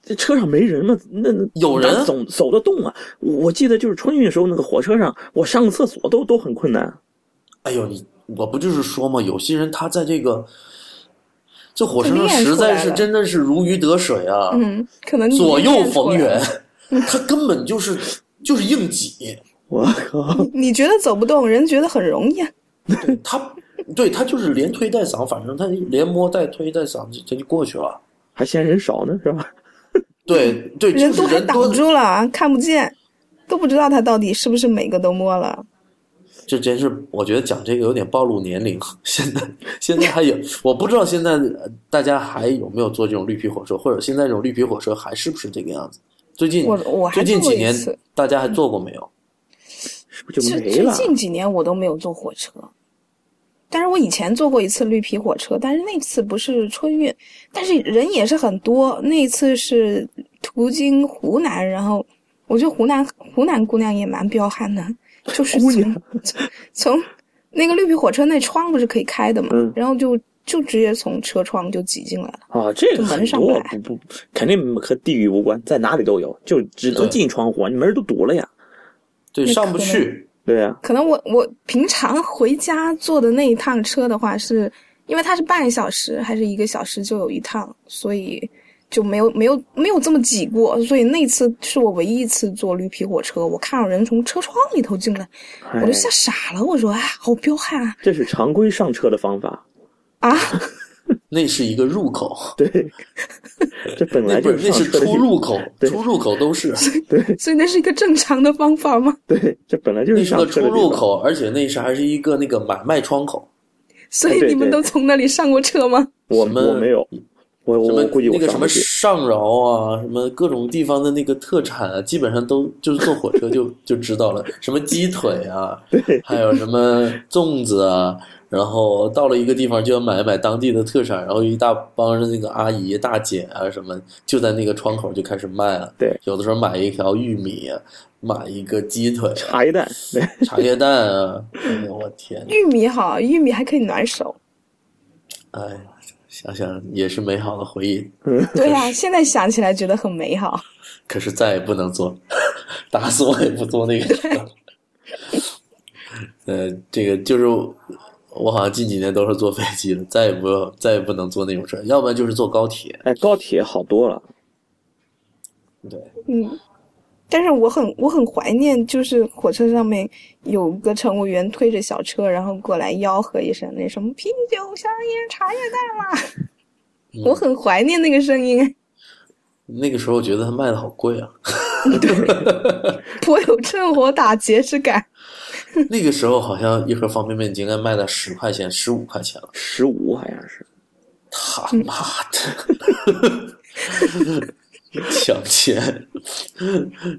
Speaker 2: 这车上没人吗？那那
Speaker 1: 有人
Speaker 2: 哪走走得动啊？我我记得就是春运时候那个火车上，我上个厕所都都很困难。
Speaker 1: 哎呦，你我不就是说嘛，有些人他在这个这火车
Speaker 3: 他
Speaker 1: 上
Speaker 3: 练
Speaker 1: 实
Speaker 3: 出来
Speaker 1: 在是
Speaker 3: 了
Speaker 1: 真的是如鱼得水啊，
Speaker 3: 嗯，可能你
Speaker 1: 左右
Speaker 3: 练出
Speaker 1: 逢
Speaker 3: 来了
Speaker 1: 源，他根本就是就是硬
Speaker 3: [LAUGHS]
Speaker 1: 挤，
Speaker 2: 我靠！
Speaker 3: 你觉得走不动，人觉得很容易啊。
Speaker 1: 他对他就是连推带搡，反正他连摸带推带搡，就他就过去了。
Speaker 2: 还嫌人少呢，是吧？
Speaker 1: 对对，就
Speaker 3: 人
Speaker 1: 是
Speaker 3: 都还
Speaker 1: 人
Speaker 3: 挡啊
Speaker 1: 多，
Speaker 3: 住了，看不见，都不知道他到底是不是每个都摸了。
Speaker 1: 这真是我觉得讲这个有点暴露年龄。 [LAUGHS] 现在现在还有，我不知道现在呃大家还有没有坐这种绿皮火车，或者现在这种绿皮火车还是不是这个样子？最近
Speaker 3: 我我还
Speaker 1: 最近
Speaker 3: 坐过
Speaker 1: 几
Speaker 3: 一
Speaker 1: 年
Speaker 3: 次
Speaker 1: 大家还坐过没有？
Speaker 2: 是不是就
Speaker 3: 最
Speaker 2: 没了
Speaker 3: 最？近几年我都没有坐火车，但是我以前坐过一次绿皮火车，但是那次不是春运，但是人也是很多。那一次是途经湖南，然后我觉得湖南湖南姑娘也蛮彪悍的，就是
Speaker 2: 姑
Speaker 3: 从
Speaker 2: 娘
Speaker 3: 从那个绿皮火车那窗不是可以开的嘛，
Speaker 2: 嗯
Speaker 3: 然后就就直接从车窗就挤进来了。
Speaker 2: 啊，这个
Speaker 3: 门
Speaker 2: 很
Speaker 3: 上
Speaker 2: 多
Speaker 3: 摆
Speaker 2: 不不，肯定和地域无关，在哪里都有，就只能
Speaker 1: 对
Speaker 2: 进窗户啊，你门儿都堵了呀。
Speaker 1: 对，
Speaker 3: 那
Speaker 1: 上不
Speaker 3: 可能
Speaker 1: 去。
Speaker 2: 对呀、
Speaker 3: 可能我我平常回家坐的那一趟车的话是，因为它是半个小时还是一个小时就有一趟，所以就没有没有没有这么挤过。所以那次是我唯一一次坐绿皮火车，我看到人从车窗里头进来，
Speaker 2: 哎
Speaker 3: 我就吓傻了。我说啊，好彪悍啊！
Speaker 2: 这是常规上车的方法。 [LAUGHS]
Speaker 3: 啊，
Speaker 1: 那是一个入口，
Speaker 2: 对，这本
Speaker 1: 那
Speaker 2: 来
Speaker 1: 不
Speaker 2: 就是是
Speaker 1: 那
Speaker 2: 上
Speaker 1: 是
Speaker 2: 车的
Speaker 1: 出
Speaker 2: 地
Speaker 1: 入口，
Speaker 2: 对
Speaker 1: 出入口都是，
Speaker 3: 所以那是一个正常的方法吗？
Speaker 2: 对，这本来就
Speaker 1: 那
Speaker 2: 是
Speaker 1: 是
Speaker 2: 上
Speaker 1: 个
Speaker 2: 车
Speaker 1: 出
Speaker 2: 的地
Speaker 1: 入
Speaker 2: 方。
Speaker 1: 口，而且那是还是一个那个买卖窗口，
Speaker 3: 所
Speaker 2: 哎
Speaker 3: 以
Speaker 2: 对
Speaker 3: 你们
Speaker 2: 对
Speaker 3: 都从那里上过车吗？
Speaker 2: 我
Speaker 1: 什么
Speaker 2: 我没有，我
Speaker 1: 什
Speaker 2: 我
Speaker 1: 么
Speaker 2: 哦我估计我
Speaker 1: 那个什
Speaker 2: 上
Speaker 1: 么
Speaker 2: 不去。
Speaker 1: 上饶啊，什么各种地方的那个特产啊，基本上都就是坐火车就就知道了，什么鸡腿
Speaker 2: [LAUGHS]
Speaker 1: 啊，还有什么粽子啊，然后到了一个地方就要买买当地的特产，然后一大帮着那个阿姨大姐啊什么，就在那个窗口就开始卖了。
Speaker 2: 对，
Speaker 1: 有的时候买一条玉米啊，买一个鸡腿啊、
Speaker 2: 茶叶蛋，对，
Speaker 1: 茶叶蛋啊，哎呦我天哪！
Speaker 3: 玉米好，玉米还可以暖手。
Speaker 2: [LAUGHS]
Speaker 1: 哎呀，想想也是美好的回忆，
Speaker 3: 对呀、现在想起来觉得很美好。
Speaker 1: 可是再也不能做， [LAUGHS] 打死我也不做那个车。呃，这个就是我好像近几年都是坐飞机了，再也不再也不能坐那种车，要不然就是坐高铁。
Speaker 2: 哎，高铁好多了。
Speaker 1: 对，
Speaker 3: 嗯，但是我很我很怀念，就是火车上面有个乘务员推着小车，然后过来吆喝一声那什么啤酒、香烟、茶叶蛋啦，我很怀念那个声音， [LAUGHS]
Speaker 1: 那个时候觉得它卖的好贵啊，
Speaker 3: 颇有趁火打劫之感。
Speaker 1: 那个时候好像一盒方便面已经该卖到十块钱、十五块钱了。
Speaker 2: 十五好像
Speaker 1: [LAUGHS]
Speaker 2: 是，
Speaker 1: 他妈 [LAUGHS] 的，抢钱！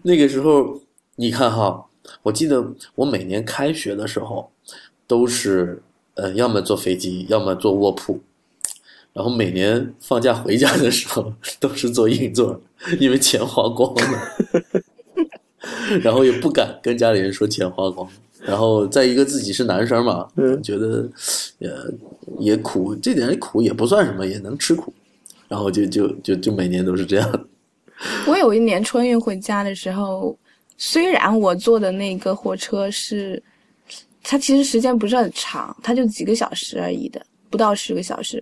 Speaker 1: 那个时候，你看哈，我记得我每年开学的时候，都是呃，要么坐飞机，要么坐卧铺。然后每年放假回家的时候都是坐硬座，因为钱花光了， [LAUGHS] 然后也不敢跟家里人说钱花光。然后再一个自己是男生嘛，
Speaker 2: 嗯
Speaker 1: 觉得呃也苦，这点苦也不算什么，也能吃苦。然后就就就就每年都是这样。
Speaker 3: [LAUGHS] 我有一年春运回家的时候，虽然我坐的那个火车是，它其实时间不是很长，它就几个小时而已的，不到十个小时，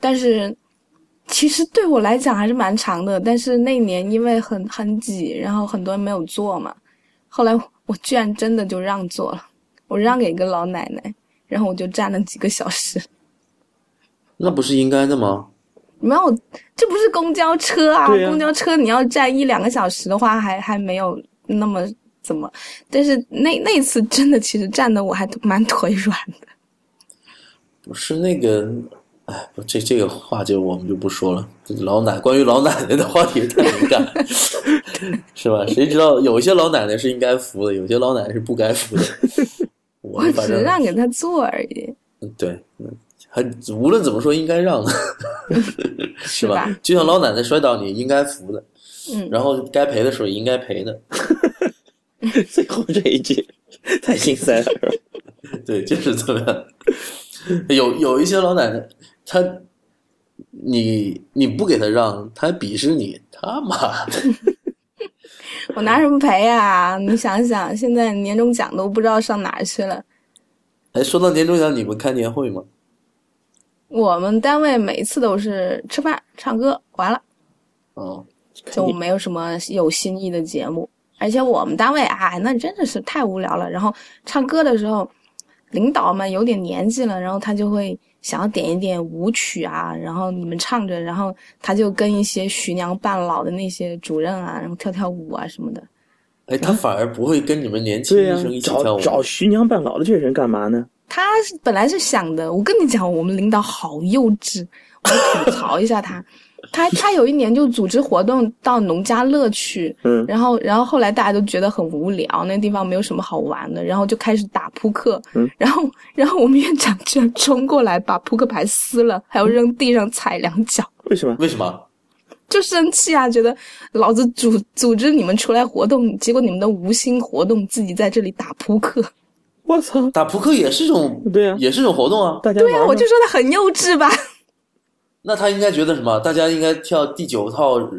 Speaker 3: 但是其实对我来讲还是蛮长的。但是那一年因为很很挤，然后很多人没有坐嘛，后来我居然真的就让座了，我让给一个老奶奶，然后我就站了几个小时。
Speaker 1: 那不是应该的吗？
Speaker 3: 没有，这不是公交车啊！
Speaker 2: 对啊
Speaker 3: 公交车你要站一两个小时的话，还还没有那么怎么。但是那那次真的，其实站的我还 [LAUGHS] 蛮腿软的。
Speaker 1: 不是那个，哎，不这这个话就我们就不说了。这老奶关于老奶奶的话题太敏感了， [LAUGHS] 是吧？谁知道有些老奶奶是应该服的，有些老奶奶是不该服的。我
Speaker 3: 我
Speaker 1: 反
Speaker 3: 只
Speaker 1: 正
Speaker 3: 让给他坐而已，
Speaker 1: 对，嗯还无论怎么说应该让的，是
Speaker 3: 是
Speaker 1: 吧？
Speaker 3: 吧？
Speaker 1: 就像老奶奶摔倒，你应该扶的，
Speaker 3: 嗯
Speaker 1: 然后该赔的时候也应该赔的。
Speaker 2: 最后这一句太心塞
Speaker 1: [LAUGHS]
Speaker 2: 了，是吧？
Speaker 1: 对，就是这么样。有有一些老奶奶，她你你不给她让，她还鄙视你，他妈的！ [LAUGHS]
Speaker 3: 我拿什么赔啊？你想想， [LAUGHS] 现在年终奖都不知道上哪儿去了。
Speaker 1: 哎，说到年终奖，你们开年会吗？
Speaker 3: 我们单位每一次都是吃饭、唱歌，完了。
Speaker 1: 哦，
Speaker 3: 就没有什么有新意的节目。而且我们单位啊，那真的是太无聊了。然后唱歌的时候，领导们有点年纪了，然后他就会想要点一点舞曲啊，然后你们唱着，然后他就跟一些徐娘半老的那些主任啊，然后跳跳舞啊什么的。
Speaker 1: 哎，他反而不会跟你们年轻
Speaker 2: 对呀、
Speaker 1: 医生一起跳
Speaker 2: 找
Speaker 1: 舞。
Speaker 2: 找徐娘半老的这人干嘛呢？
Speaker 3: 他是本来是想的，我跟你讲，我们领导好幼稚，我吐槽一下他。他他有一年就组织活动到农家乐去，
Speaker 2: 嗯
Speaker 3: 然后然后后来大家都觉得很无聊，那地方没有什么好玩的，然后就开始打扑克，
Speaker 2: 嗯
Speaker 3: [LAUGHS] 然后然后我们院长居然冲过来把扑克牌撕了，还要扔地上踩两脚，
Speaker 2: 为什么？
Speaker 1: 为什么？
Speaker 3: 就生气啊，觉得老子组组织你们出来活动，结果你们都无心活动，自己在这里打扑克。 [LAUGHS]
Speaker 2: 我操！
Speaker 1: 打扑克也是一种，
Speaker 2: 对呀、
Speaker 1: 也是一种活动啊。
Speaker 2: 大家
Speaker 3: 对
Speaker 2: 呀、
Speaker 3: 啊，我就说他很幼稚吧。 [LAUGHS]
Speaker 1: 那他应该觉得什么？大家应该跳第九套呃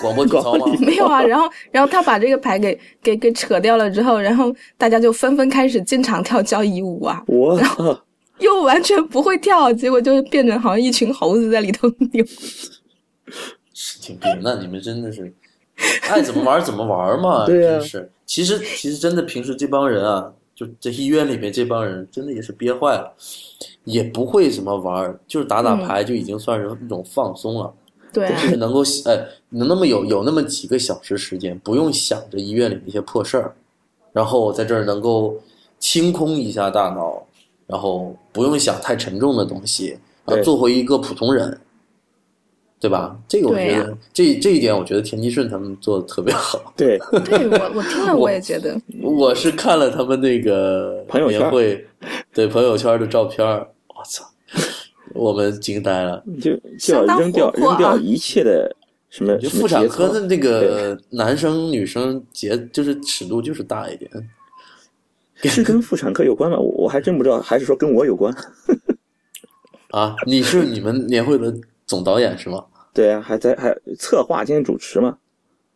Speaker 1: 广播体操吗？
Speaker 3: 没有啊，然后然后他把这个牌给给给扯掉了之后，然后大家就纷纷开始进场跳交谊舞啊，
Speaker 2: 我操！
Speaker 3: 又完全不会跳，结果就变成好像一群猴子在里头扭。
Speaker 1: 神经病！那你们真的是爱怎么玩儿怎么玩儿嘛，
Speaker 2: 对呀
Speaker 1: 真是。其实其实真的，平时这帮人啊，就这医院里面这帮人，真的也是憋坏了，也不会什么玩儿，就是打打牌就已经算是一种放松了。
Speaker 3: 对啊，
Speaker 1: 就是能够哎，能那么有有那么几个小时时间，不用想着医院里那些破事儿，然后在这儿能够清空一下大脑，然后不用想太沉重的东西，然后
Speaker 2: 对
Speaker 1: 做回一个普通人，对吧？这个我
Speaker 3: 对
Speaker 1: 觉
Speaker 3: 呀
Speaker 1: 得、这这一点，我觉得田鸡顺他们做的特别好。
Speaker 2: 对， [LAUGHS]
Speaker 3: 对我我听了我也觉得，
Speaker 1: 我是看了他们那个
Speaker 2: [LAUGHS] 朋友圈
Speaker 1: 年会，对朋友圈的照片儿，我操，我们惊呆了。
Speaker 2: 就就要
Speaker 3: [LAUGHS] 相当
Speaker 2: 扔掉、
Speaker 3: 活泼
Speaker 2: 扔
Speaker 3: 啊
Speaker 2: 掉一切的什么
Speaker 1: 就
Speaker 2: 什么
Speaker 1: 妇产
Speaker 2: 节
Speaker 1: 科
Speaker 2: 操
Speaker 1: 的那个男生女生节就是尺度就是大一点，
Speaker 2: 是跟妇产科有关吗？我我还真不知道，还是说跟我有关？
Speaker 1: 啊！你是你们年会的总导演是吗？
Speaker 2: 对啊，还在还策划兼主持嘛？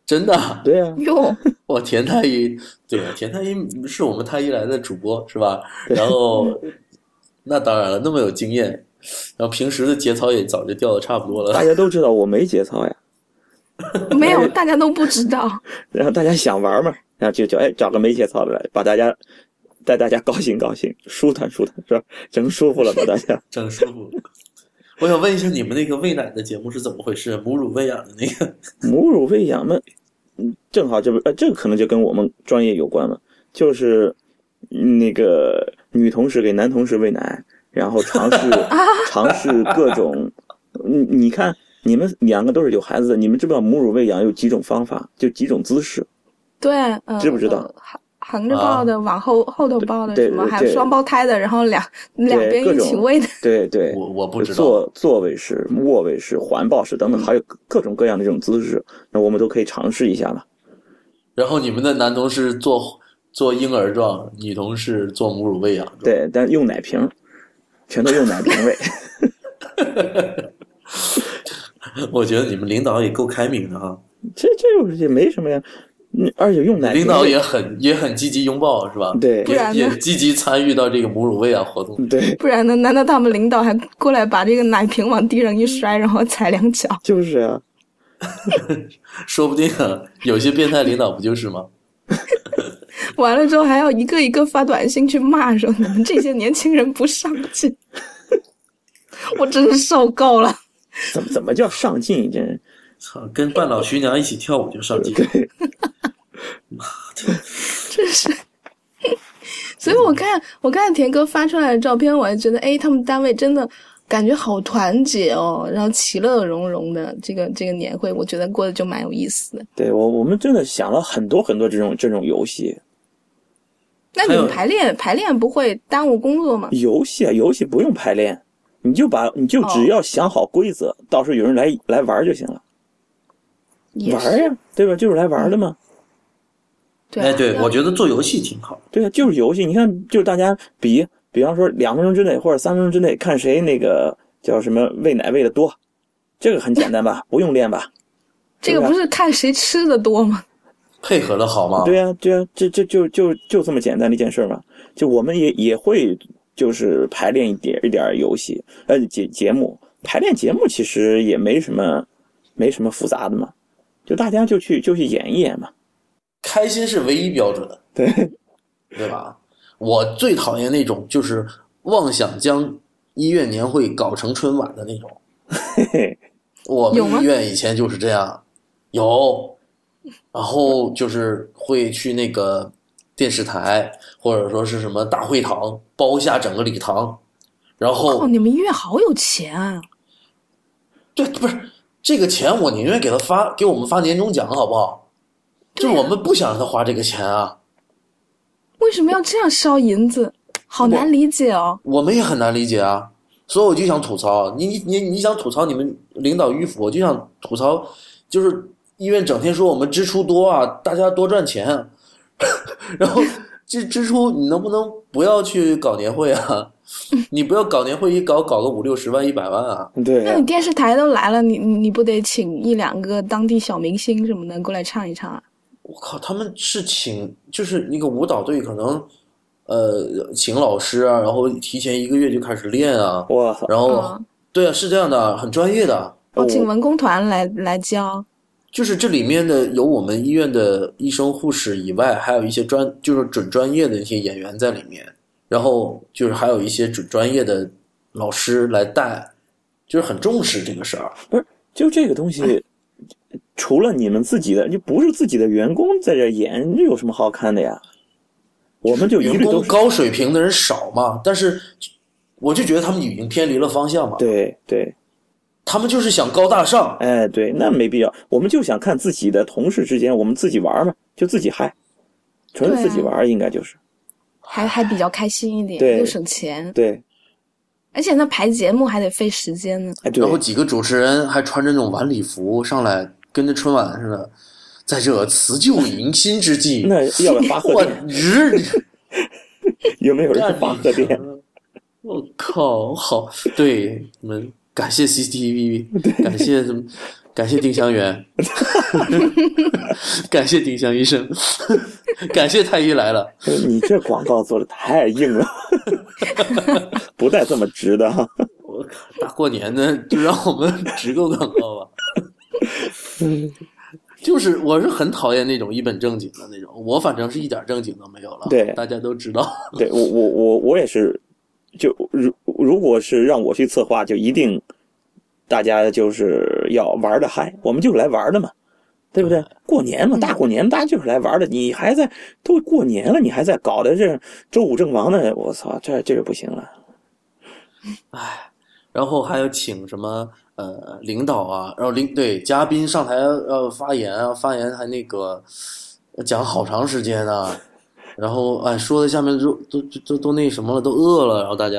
Speaker 1: 真的，
Speaker 2: 对啊，
Speaker 3: 哟，
Speaker 1: 我田太医，对，田太医是我们太医来的主播是吧？然后，那当然了，那么有经验，然后平时的节操也早就掉的差不多
Speaker 2: 大
Speaker 1: 了。
Speaker 2: 家都知道我没节操呀，
Speaker 3: 没有，大家都不知道。
Speaker 2: 然后大家想玩嘛，然后就就哎找个没节操的来，把大家带大家高兴高兴，舒坦舒坦，是吧？整舒服了吧大家？
Speaker 1: 整舒服。我想问一下，你们那个喂奶的节目是怎么回事？母乳喂养的那个，
Speaker 2: 母乳喂养嘛，嗯，正好这不呃，这个可能就跟我们专业有关了，就是嗯那个女同事给男同事喂奶，然后尝试尝试各种，你你看你们两个都是有孩子的，你们知不知道母乳喂养有几种方法，就几种姿势？
Speaker 3: 对，嗯，
Speaker 2: 知不知道啊
Speaker 3: 呃？横横着抱的，往后后头抱的，
Speaker 2: 对
Speaker 3: 什么
Speaker 2: 对
Speaker 3: 还有
Speaker 2: 对
Speaker 3: 双胞胎的，然后两两边
Speaker 2: 各
Speaker 3: 一起
Speaker 2: 种
Speaker 3: 喂的，
Speaker 2: 对对，
Speaker 1: 我我不知道。嗯
Speaker 2: 坐坐位式、卧位式、环抱式等等，还有各各种各样的这种姿势，那我们都可以尝试一下了。
Speaker 1: 然后你们的男同事做做婴儿状，女同事做母乳喂养状。
Speaker 2: 对，但用奶瓶，全都用奶瓶喂。
Speaker 1: [LAUGHS] 我觉得你们领导也够开明的啊哈，
Speaker 2: 这这有也没什么呀，嗯，而且用奶瓶
Speaker 1: 领导
Speaker 2: 喂
Speaker 1: 也很也很积极拥抱是吧？
Speaker 2: 对
Speaker 3: 不然
Speaker 1: 也
Speaker 3: 呢
Speaker 1: 也积极参与到这个母乳喂养活动。
Speaker 2: 对，
Speaker 3: 不然呢？难道他们领导还过来把这个奶瓶往地上一摔，然后踩两脚？
Speaker 2: 就是啊，
Speaker 1: 说不定 [LAUGHS] 啊，有些变态领导不就是吗？
Speaker 3: 完了之后还要一个一个发短信去骂说你们这些年轻人不上进， [LAUGHS] 我真是受够了。
Speaker 2: 怎么怎么叫上进？这人
Speaker 1: 操，跟半老徐娘一起跳舞就上劲。
Speaker 2: 对，
Speaker 3: 所以我看我看田哥发出来的照片，我还觉得哎，他们单位真的感觉好团结哦，然后其乐融融的这个这个年会，我觉得过得就蛮有意思的。
Speaker 2: 对我我们真的想了很多很多这种这种游戏，
Speaker 3: 那你们
Speaker 1: 还有
Speaker 3: 排练排练不会耽误工作吗？
Speaker 2: 游戏啊游戏不用排练，你就把你就
Speaker 3: 哦
Speaker 2: 只要想好规则，到时候有人来来玩儿就行了，
Speaker 3: 也
Speaker 2: 玩
Speaker 3: 是嗯
Speaker 2: 儿呀，对吧？就是来玩儿的嘛。
Speaker 3: 对啊、
Speaker 1: 哎，对，
Speaker 3: 要
Speaker 1: 我觉得做游戏挺好。
Speaker 2: 对啊，就是游戏。你看，就是大家比，比方说两分钟之内或者三分钟之内，看谁那个叫什么喂奶喂的多，这个很简单吧，不用练吧？
Speaker 3: 这
Speaker 2: 啊
Speaker 3: 个不是看谁吃的多吗？
Speaker 1: 配合的好吗？
Speaker 2: 对呀、对呀、这这就就就这么简单的一件事儿嘛。就我们也也会就是排练一点一点儿游戏，呃节节目排练节目其实也没什么没什么复杂的嘛，就大家就去就去演一演嘛。
Speaker 1: 开心是唯一标准，
Speaker 2: 对， [LAUGHS]
Speaker 1: 对吧？我最讨厌那种就是妄想将医院年会搞成春晚的那种。
Speaker 2: 嘿嘿，
Speaker 1: 我
Speaker 3: 有吗
Speaker 1: 们医院以前就是这样，有然后就是会去那个电视台或者说是什么大会堂包下整个礼堂，然后
Speaker 3: 哦，你们医院好有钱啊！
Speaker 1: 对，不是这个钱，我宁愿给他发给我们发年终奖，好不好？就是
Speaker 3: 啊
Speaker 1: 我们不想让他花这个钱啊，
Speaker 3: 为什么要这样烧银子？好难理解哦。
Speaker 1: 我们也很难理解啊。所以我就想吐槽，啊你你你你想吐槽你们领导迂腐，我就想吐槽，就是医院整天说我们支出多啊，大家多赚钱 [LAUGHS] 啊，然后这支出你能不能不要去搞年会啊？ [LAUGHS] 你不要搞年会一搞搞个五六十万一百万啊！
Speaker 2: 对
Speaker 3: 那
Speaker 2: 啊
Speaker 3: 你电视台都来了，你你你不得请一两个当地小明星什么的过来唱一唱啊？
Speaker 1: 我靠，他们是请就是那个舞蹈队，可能呃请老师啊，然后提前一个月就开始练啊，
Speaker 2: 我操！
Speaker 1: 然后、
Speaker 3: 嗯
Speaker 1: 对啊，是这样的，很专业的，啊
Speaker 3: 我哦请
Speaker 2: 我
Speaker 3: 文工团来来教。
Speaker 1: 就是这里面的有我们医院的医生、护士以外，还有一些专就是准专业的一些演员在里面，然后就是还有一些准专业的老师来带，就是很重视这个事儿。
Speaker 2: 就这个东西，除了你们自己的，就不是自己的员工在这演，这有什么好看的呀？我们就一
Speaker 1: 员
Speaker 2: 律都
Speaker 1: 工
Speaker 2: 是
Speaker 1: 高水平的人少嘛，但是我就觉得他们已经偏离了方向嘛，
Speaker 2: 对对，
Speaker 1: 他们就是想高大上，
Speaker 2: 哎对，那没必要，我们就想看自己的同事之间，我们自己玩儿嘛，就自己嗨，纯
Speaker 3: 对啊
Speaker 2: 自己玩儿，应该就是
Speaker 3: 还还比较开心一点，
Speaker 2: 对
Speaker 3: 又省钱，
Speaker 2: 对，
Speaker 3: 而且那排节目还得费时间呢。
Speaker 2: 哎对
Speaker 1: 然，后几个主持人还穿着那种晚礼服上来，跟着春晚似的，在这辞旧迎新之际，
Speaker 2: 那要不要发贺
Speaker 1: 我
Speaker 2: 电？
Speaker 1: 日。
Speaker 2: 有没有
Speaker 1: 那
Speaker 2: 人发贺电？ [LAUGHS]
Speaker 1: [LAUGHS] 我靠，好，对，你们感谢 CCTV，感谢什么？感谢丁香
Speaker 2: [LAUGHS]
Speaker 1: 园，感谢丁香医生， [LAUGHS] 感谢太医来了。
Speaker 2: 你这广告做的太硬了， [LAUGHS] 不带这么直的哈。
Speaker 1: 我靠，大过年的就让我们直购广告
Speaker 2: [LAUGHS]
Speaker 1: 吧。就是，我是很讨厌那种一本正经的那种，我反正是一点正经都没有了。
Speaker 2: 对
Speaker 1: 大家都知道。
Speaker 2: 对我我我我也是，就如如果是让我去策划，就一定大家就是要玩的嗨，我们就是来玩的嘛，对不对？
Speaker 3: 嗯
Speaker 2: 过年嘛，大过年大家就是来玩的，你还在都过年了，你还在搞的这周五正忙呢，我操，这这个不行了。
Speaker 1: 然后还有请什么呃领导啊，然后领对嘉宾上台呃发言啊，发言还那个呃讲好长时间啊，然后哎说的下面都都都都都那什么了，都饿了，然后大家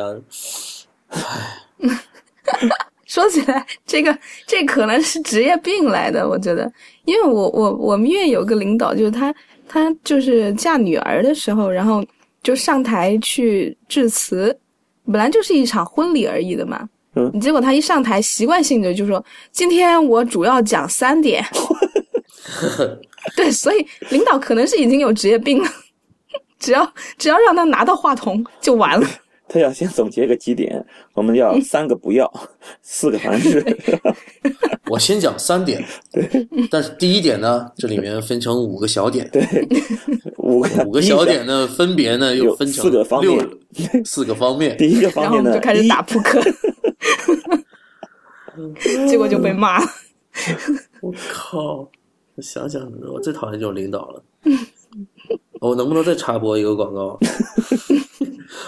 Speaker 3: 说起来，这个这可能是职业病来的，我觉得，因为我我我们院有个领导，就是他他就是嫁女儿的时候，然后就上台去致辞，本来就是一场婚礼而已的嘛。
Speaker 2: 嗯
Speaker 3: 结果他一上台，习惯性的就说：“今天我主要讲三点。”对，所以领导可能是已经有职业病了，只要只要让他拿到话筒就完了。
Speaker 2: 他要先总结个几点，我们
Speaker 3: 嗯
Speaker 2: 要三个不要，四个凡是。
Speaker 1: 我先讲三点，但是第一点呢，这里面分成五个小点，
Speaker 2: 五个
Speaker 1: 五个小点呢分别呢又
Speaker 2: 有
Speaker 1: 分成
Speaker 2: 四个方
Speaker 1: 六
Speaker 2: 面
Speaker 1: 四个方面，
Speaker 2: 第一个
Speaker 3: 然
Speaker 2: 方
Speaker 3: 后我
Speaker 2: 面
Speaker 3: 们
Speaker 2: 呢，
Speaker 3: 就开始
Speaker 2: 一
Speaker 3: 打扑克，结果就被骂了。
Speaker 1: 我靠！我想想，我最讨厌这种领导了。
Speaker 3: 嗯
Speaker 1: [LAUGHS] 我能不能再插播一个广
Speaker 3: [LAUGHS]
Speaker 1: 告？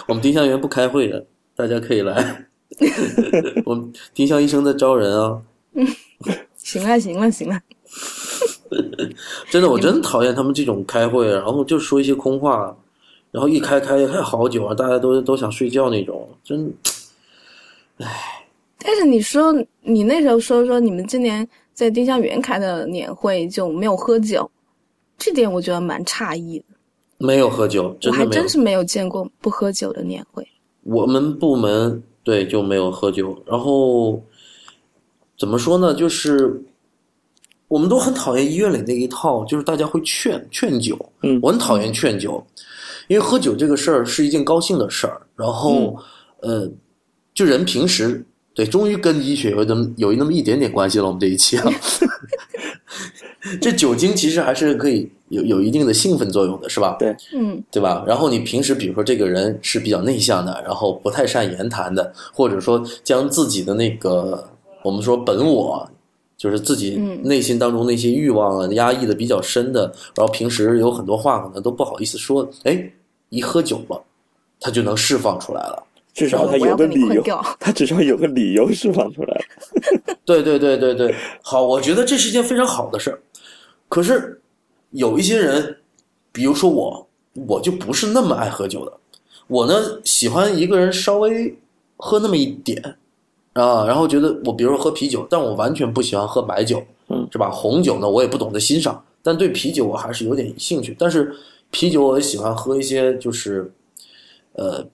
Speaker 1: 我们丁香园不开会的，大家可以来。 [LAUGHS] 我们丁香医生在招人啊！
Speaker 3: 行了，行了，啊行了，
Speaker 1: 真的，我真的讨厌他们这种开会，啊然后就说一些空话，然后一开开开好久啊，大家都都想睡觉那种，真
Speaker 3: 但是你说你那时候说说你们今年在丁香园开的年会就没有喝酒，这点我觉得蛮诧异的。
Speaker 1: 没有喝酒，
Speaker 3: 我
Speaker 1: 真
Speaker 3: 还
Speaker 1: 的没有
Speaker 3: 真。是没有见过不喝酒的年会。
Speaker 1: 我们部门对就没有喝酒，然后怎么说呢？就是我们都很讨厌医院里那一套，就是大家会劝劝酒，
Speaker 2: 嗯
Speaker 1: 我很讨厌劝酒，因为喝酒这个事儿是一件高兴的事儿，然后、呃，就人平时对，终于跟医学有那么有那么一点点关系了，我们这一期啊。这酒精其实还是可以有有一定的兴奋作用的，是吧？
Speaker 2: 对
Speaker 3: 嗯，
Speaker 1: 对吧？然后你平时比如说这个人是比较内向的，然后不太善言谈的，或者说将自己的那个我们说本我，就是自己内心当中那些欲望啊压抑的比较深的，然后平时有很多话可能都不好意思说，哎，一喝酒了，他就能释放出来了。
Speaker 2: 至少他
Speaker 3: 我
Speaker 2: 有
Speaker 3: 要
Speaker 2: 个
Speaker 3: 跟你
Speaker 2: 理
Speaker 3: 困
Speaker 2: 由，
Speaker 3: 掉。
Speaker 2: 他至少有个理由释放出来了。
Speaker 1: 对对对对对，好，我觉得这是一件非常好的事儿。可是有一些人，比如说我，我就不是那么爱喝酒的。我呢，喜欢一个人稍微喝那么一点啊，然后觉得我比如说喝啤酒，但我完全不喜欢喝白酒，
Speaker 2: 嗯，
Speaker 1: 是吧？红酒呢，我也不懂得欣赏，但对啤酒我还是有点兴趣。但是啤酒我也喜欢喝一些就是，呃，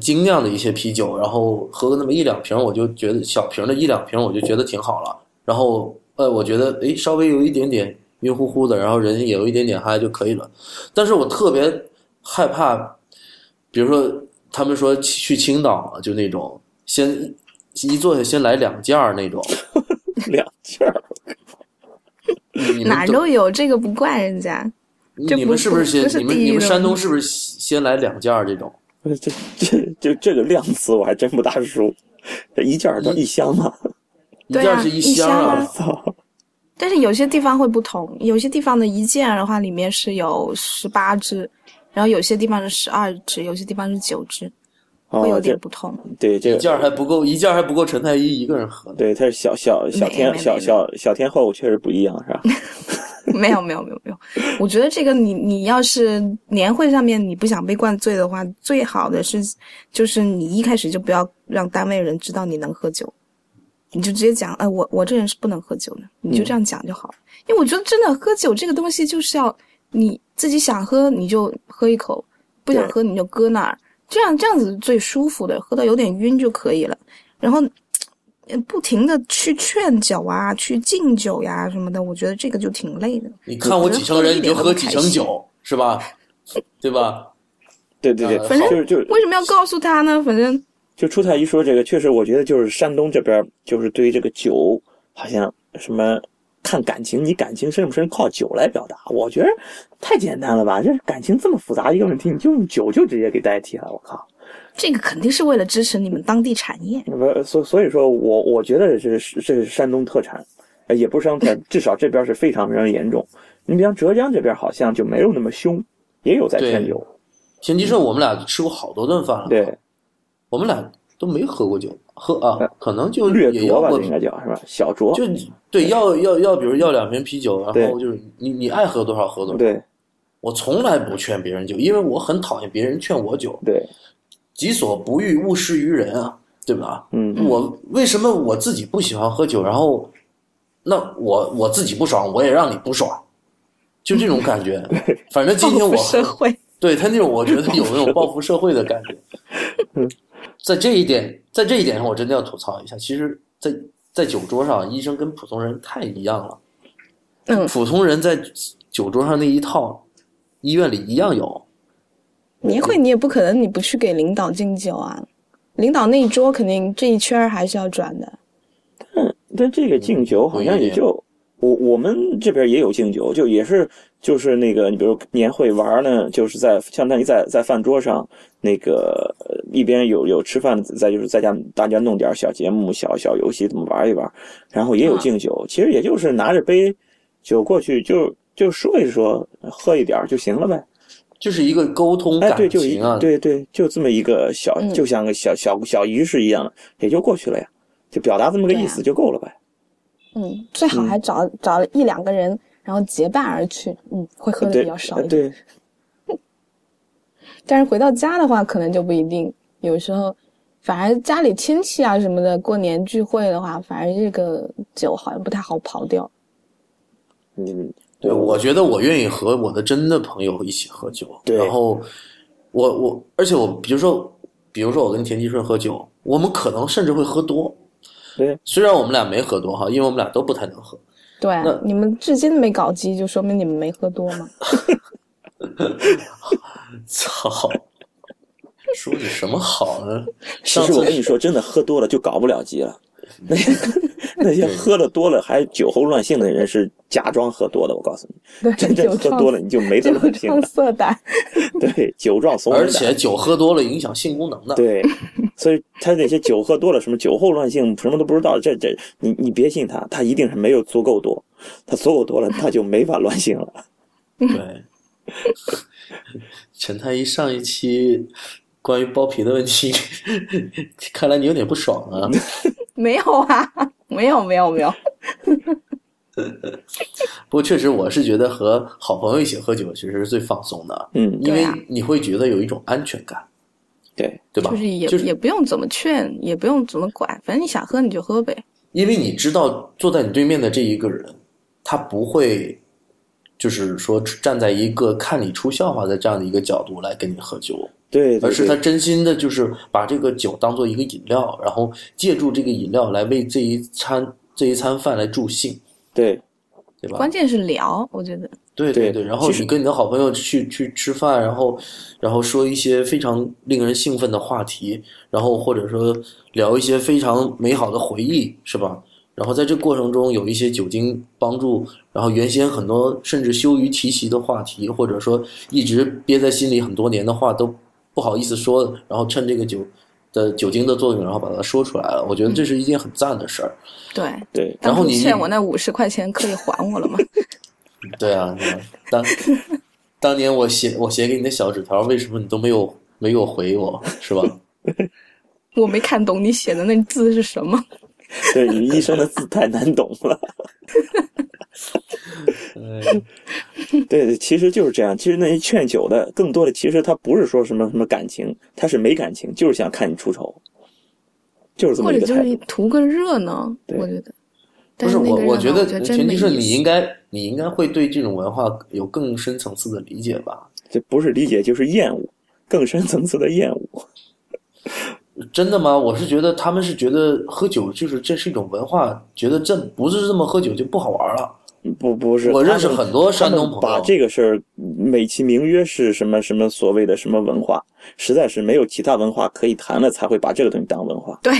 Speaker 1: 精酿的一些啤酒，然后喝个那么一两瓶，我就觉得小瓶的一两瓶，我就觉得挺好了。然后呃，我觉得诶，稍微有一点点晕乎乎的，然后人也有一点点嗨就可以了。但是我特别害怕，比如说他们说去青岛啊就那种先。一坐下先来两件儿
Speaker 3: [LAUGHS]
Speaker 1: 那种，
Speaker 2: 两件儿，
Speaker 1: 你们
Speaker 3: 哪儿
Speaker 1: 都
Speaker 3: 都有，这个不怪人家。这
Speaker 1: 你
Speaker 3: 不
Speaker 1: 们是
Speaker 3: 不
Speaker 1: 不
Speaker 3: 不
Speaker 1: 先
Speaker 3: 是
Speaker 1: 你们
Speaker 3: 地域
Speaker 1: 你们
Speaker 3: 的
Speaker 1: 山
Speaker 3: 问
Speaker 1: 东
Speaker 3: 题
Speaker 1: 是不是先来两件儿这种？
Speaker 2: 这这就这个量词我还真不大熟。这一件儿叫一箱啊嘛，
Speaker 1: 一
Speaker 3: 对
Speaker 1: 件儿
Speaker 3: 啊
Speaker 1: 是一
Speaker 3: 一
Speaker 1: 箱
Speaker 3: 箱
Speaker 2: 我
Speaker 3: 啊
Speaker 2: 操！
Speaker 3: 但是有些地方会不同，有些地方的一件的话里面是有十八支，然后有些地方是十二支，有些地方是九支，会有
Speaker 2: 哦，
Speaker 3: 点
Speaker 2: 这
Speaker 3: 不同。
Speaker 2: 对这
Speaker 1: 一件
Speaker 2: 个
Speaker 1: 儿还不够，一件儿还不够陈太医一个人喝的。
Speaker 2: 对，它是小小小
Speaker 3: 没
Speaker 2: 天
Speaker 3: 没
Speaker 2: 小
Speaker 3: 没
Speaker 2: 小小天后确实不一样，是吧？
Speaker 3: [LAUGHS] 没有没有没有没有，我觉得这个你你要是年会上面你不想被灌醉的话，最好的是就是你一开始就不要让单位人知道你能喝酒，你就直接讲，哎，我我这人是不能喝酒的，你就这样讲就好了。因为我觉得真的喝酒这个东西就是要你自己想喝你就喝一口，不想
Speaker 2: 对
Speaker 3: 喝你就搁那儿，这样这样子最舒服的，喝到有点晕就可以了。然后呃不停的去劝酒啊，去敬酒呀、什么的，我觉得这个就挺累的。
Speaker 1: 你看我几成人，你就喝几成酒，是吧？对吧？
Speaker 2: 对对对，
Speaker 1: 呃
Speaker 3: 反正
Speaker 2: 就是就是
Speaker 3: 为什么要告诉他呢？反正
Speaker 2: 就出太医说这个，确实我觉得就是山东这边儿就是对于这个酒，好像什么看感情，你感情深不深靠酒来表达，我觉得太简单了吧？这感情这么复杂一个问题，你就用酒就直接给代替了，我靠！
Speaker 3: 这个肯定是为了支持你们当地产业。
Speaker 2: 不，所所以说我我觉得这是这是山东特产，呃也不是山东特
Speaker 1: [LAUGHS]
Speaker 2: 产，至少这边是非常非常严重。你比方浙江这边好像就没有那么凶，也有在劝
Speaker 1: 对
Speaker 2: 酒，
Speaker 1: 田吉顺，我们俩吃过好多顿饭了，
Speaker 2: 嗯对，
Speaker 1: 我们俩都没喝过酒，喝啊，可能就
Speaker 2: 呃略
Speaker 1: 也要
Speaker 2: 酌吧，
Speaker 1: 过
Speaker 2: 这，应该叫是吧？小酌，
Speaker 1: 就对，要要要，比如要两瓶啤酒，然后
Speaker 2: 对
Speaker 1: 就是你你爱喝多少喝多少。
Speaker 2: 对
Speaker 1: 我从来不劝别人酒，因为我很讨厌别人劝我酒。
Speaker 2: 对，
Speaker 1: 己所不欲，勿施于人啊，对吧？
Speaker 2: 嗯，
Speaker 1: 我为什么我自己不喜欢喝酒，然后那我我自己不爽，我也让你不爽，就这种感
Speaker 2: [LAUGHS]
Speaker 1: 觉。反正今天我
Speaker 3: 报复社会，
Speaker 1: 对他那种，我觉得有那种报复社会的感
Speaker 2: [LAUGHS]
Speaker 1: 觉。
Speaker 2: 嗯
Speaker 1: 在这一点，在这一点上，我真的要吐槽一下。其实在，在酒桌上，医生跟普通人太一样了。
Speaker 3: 嗯
Speaker 1: 普通人在酒桌上那一套，医院里一样有。
Speaker 3: 年会你也不可能你不去给领导敬酒啊，领导那一桌肯定这一圈儿还是要转的。
Speaker 2: 但这
Speaker 3: 嗯
Speaker 2: 个敬酒好像也就、我我们这边也有敬酒，就也是就是那个，你比如年会玩呢，就是在相当于在在饭桌上那个呃一边有有吃饭，再就是在家大家弄点小节目、小小游戏这么玩一玩，然后也有
Speaker 3: 嗯
Speaker 2: 敬酒，其实也就是拿着杯酒过去就就说一说，喝一点儿就行了呗。
Speaker 1: 就是一个沟通
Speaker 2: 哎，
Speaker 1: 感
Speaker 2: 对，就一
Speaker 1: 情啊，
Speaker 2: 对对，就这么一个小，
Speaker 3: 嗯
Speaker 2: 就像个小小小仪式一样的，也就过去了呀，就表达这么个
Speaker 3: 对
Speaker 2: 意
Speaker 3: 啊
Speaker 2: 思就够了呗。
Speaker 3: 嗯，最好还找、找了一两个人，然后结伴而去，嗯，会喝的
Speaker 2: 对
Speaker 3: 比较少
Speaker 2: 呃
Speaker 3: 一点。
Speaker 2: 对，
Speaker 3: 但是回到家的话，可能就不一定。有时候，反而家里亲戚啊什么的，过年聚会的话，反而这个酒好像不太好跑掉。
Speaker 2: 嗯，
Speaker 1: 对，我觉得我愿意和我的真的朋友一起喝酒，
Speaker 2: 对
Speaker 1: 然后我我，而且我比如说，比如说我跟田吉顺喝酒，我们可能甚至会喝多，
Speaker 2: 对，
Speaker 1: 虽然我们俩没喝多哈，因为我们俩都不太能喝，
Speaker 3: 对啊
Speaker 1: 那，
Speaker 3: 你们至今没搞基，就说明你们没喝多嘛。
Speaker 1: 操，说你什么好呢？[LAUGHS]
Speaker 2: 其
Speaker 1: 上
Speaker 2: 实
Speaker 1: 次
Speaker 2: 我跟你说，真的喝多了就搞不了急了。那那些喝了多了还酒后乱性的人是假装喝多的，我告诉你，
Speaker 3: 对，
Speaker 2: 真正
Speaker 3: 酒
Speaker 2: 喝
Speaker 3: 壮
Speaker 2: 多了你就没这么
Speaker 3: 酒
Speaker 2: 乱性
Speaker 3: 壮
Speaker 2: 了。
Speaker 3: 色胆。
Speaker 2: 对，酒壮怂人
Speaker 1: 而
Speaker 2: 胆。
Speaker 1: 且酒喝多了影响性功能的，
Speaker 2: 对，所以他那些酒喝多了，什么酒后乱性，什么都不知道，这这你你别信他，他一定是没有足够多，他足够多了，他就没法乱性了。
Speaker 1: 对， [LAUGHS] 陈太医上一期关于包皮的问题， [LAUGHS] 看来你有点不爽啊。
Speaker 3: 嗯没有啊，没有没有没有，
Speaker 1: 不过确实，我是觉得和好朋友一起喝酒其实是最放松的，
Speaker 2: 嗯，
Speaker 1: 因
Speaker 3: 对
Speaker 1: 为
Speaker 3: 啊
Speaker 1: 你会觉得有一种安全感，
Speaker 2: 对，
Speaker 1: 对吧？
Speaker 3: 就是也
Speaker 1: 就是
Speaker 3: 也不用怎么劝，也不用怎么管，反正你想喝你就喝呗。
Speaker 1: 因为你知道坐在你对面的这一个人，他不会，就是说站在一个看你出笑话的这样的一个角度来跟你喝酒，
Speaker 2: 对，对
Speaker 1: 而是
Speaker 2: 对
Speaker 1: 他真心的，就是把这个酒当做一个饮料，然后借助这个饮料来为这一餐这一餐饭来助兴，
Speaker 2: 对
Speaker 1: 对吧？
Speaker 3: 关键是聊，我觉得
Speaker 1: 对对对，
Speaker 2: 对
Speaker 1: 然后
Speaker 2: 其实
Speaker 1: 你跟你的好朋友去去吃饭，然后然后说一些非常令人兴奋的话题，然后或者说聊一些非常美好的回忆，是吧？然后在这过程中有一些酒精帮助，然后原先很多甚至羞于提及的话题，或者说一直憋在心里很多年的话都不好意思说，然后趁这个酒的酒精的作用，然后把它说出来了。我觉得
Speaker 2: 嗯
Speaker 1: 这是一件很赞的事儿。
Speaker 3: 对。
Speaker 2: 对，
Speaker 1: 然后
Speaker 3: 当初
Speaker 1: 你
Speaker 3: 欠我那五十块钱可以还我了吗？ [LAUGHS]
Speaker 1: [LAUGHS] 对啊，对啊当当年我写我写给你的小纸条，为什么你都没有没有回我，是吧？
Speaker 3: 我没看懂你写的那字是什么。
Speaker 2: 对，你医生的字太难懂了。
Speaker 3: [LAUGHS]
Speaker 1: 嗯，
Speaker 2: 对，其实就是这样。其实那些劝酒的，更多的其实他不是说什么什么感情，他是没感情，就是想看你出丑，就是这
Speaker 3: 或
Speaker 2: 么一个
Speaker 3: 者就
Speaker 2: 态度
Speaker 3: 是。图个热闹，
Speaker 2: 对
Speaker 3: 我觉得。
Speaker 1: 不
Speaker 3: 但
Speaker 1: 是
Speaker 3: 那
Speaker 1: 我，
Speaker 3: 个热
Speaker 1: 我
Speaker 3: 闹
Speaker 1: 觉得
Speaker 3: 真
Speaker 1: 前
Speaker 3: 没
Speaker 1: 提
Speaker 3: 意
Speaker 1: 是你
Speaker 3: 思
Speaker 1: 应该你应该会对这种文化有更深层次的理解吧？
Speaker 2: 这不是理解，就是厌恶，更深层次的厌恶。 [LAUGHS]
Speaker 1: 真的吗？我是觉得他们是觉得喝酒就是这是一种文化，觉得这不是这么喝酒就不好玩了。
Speaker 2: 不，不是。
Speaker 1: 我认识
Speaker 2: 他们
Speaker 1: 很多山东
Speaker 2: 他们
Speaker 1: 朋
Speaker 2: 把
Speaker 1: 友，
Speaker 2: 这个事儿美其名曰是什么什么所谓的什么文化，实在是没有其他文化可以谈了，才会把这个东西当文化。
Speaker 3: 对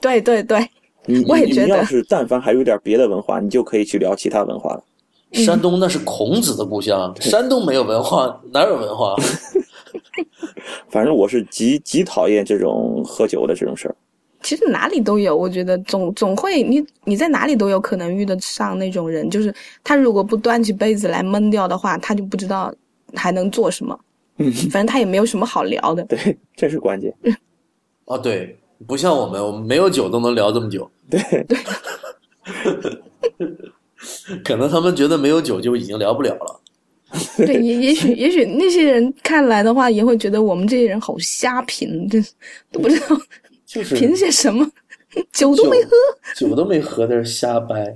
Speaker 3: 对对对，
Speaker 2: 你
Speaker 3: 我也
Speaker 2: 你
Speaker 3: 觉
Speaker 2: 你
Speaker 3: 得
Speaker 2: 要是但凡还有点别的文化，你就可以去聊其他文化了。
Speaker 3: 嗯
Speaker 1: 山东那是孔子的故乡，山东没有文化，哪有文化？
Speaker 2: 反正我是极极讨厌这种喝酒的这种事儿。
Speaker 3: 其实哪里都有，我觉得总总会你你在哪里都有可能遇得上那种人，就是他如果不端起杯子来闷掉的话，他就不知道还能做什么。
Speaker 1: [LAUGHS]
Speaker 2: 嗯，
Speaker 3: 反正他也没有什么好聊的。
Speaker 2: 对，这是关键。
Speaker 1: 啊，对，不像我们，我们没有酒都能聊这么久。
Speaker 2: 对，
Speaker 1: [LAUGHS] 可能他们觉得没有酒就已经聊不了了。
Speaker 3: 对，也也许也许那些人看来的话，也会觉得我们这些人好瞎贫，真是都不知道
Speaker 1: 就是
Speaker 3: 贫些什么， [LAUGHS] 酒都没喝。
Speaker 1: 酒，酒都没喝，在这瞎掰。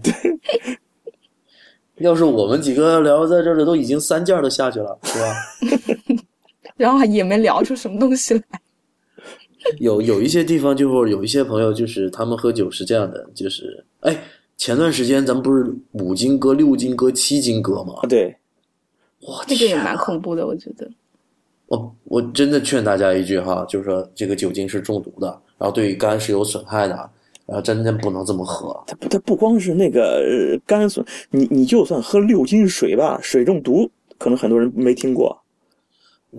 Speaker 1: [LAUGHS] 要是我们几个聊在这儿的，都已经三件儿都下去了，是吧？
Speaker 3: 然后还也没聊出什么东西来。
Speaker 1: 有有一些地方就会有一些朋友，就是他们喝酒是这样的，就是哎，前段时间咱们不是五斤哥、六斤哥、七斤哥吗
Speaker 2: 啊，？对，
Speaker 1: 我
Speaker 3: 那个也
Speaker 1: 天
Speaker 3: 蛮恐怖的，我觉得。
Speaker 1: 我我真的劝大家一句哈，就是说这个酒精是中毒的，然后对肝是有损害的，然后真的不能这么喝。
Speaker 2: 它不，它不光是那个呃肝损，你你就算喝六斤水吧，水中毒可能很多人没听过。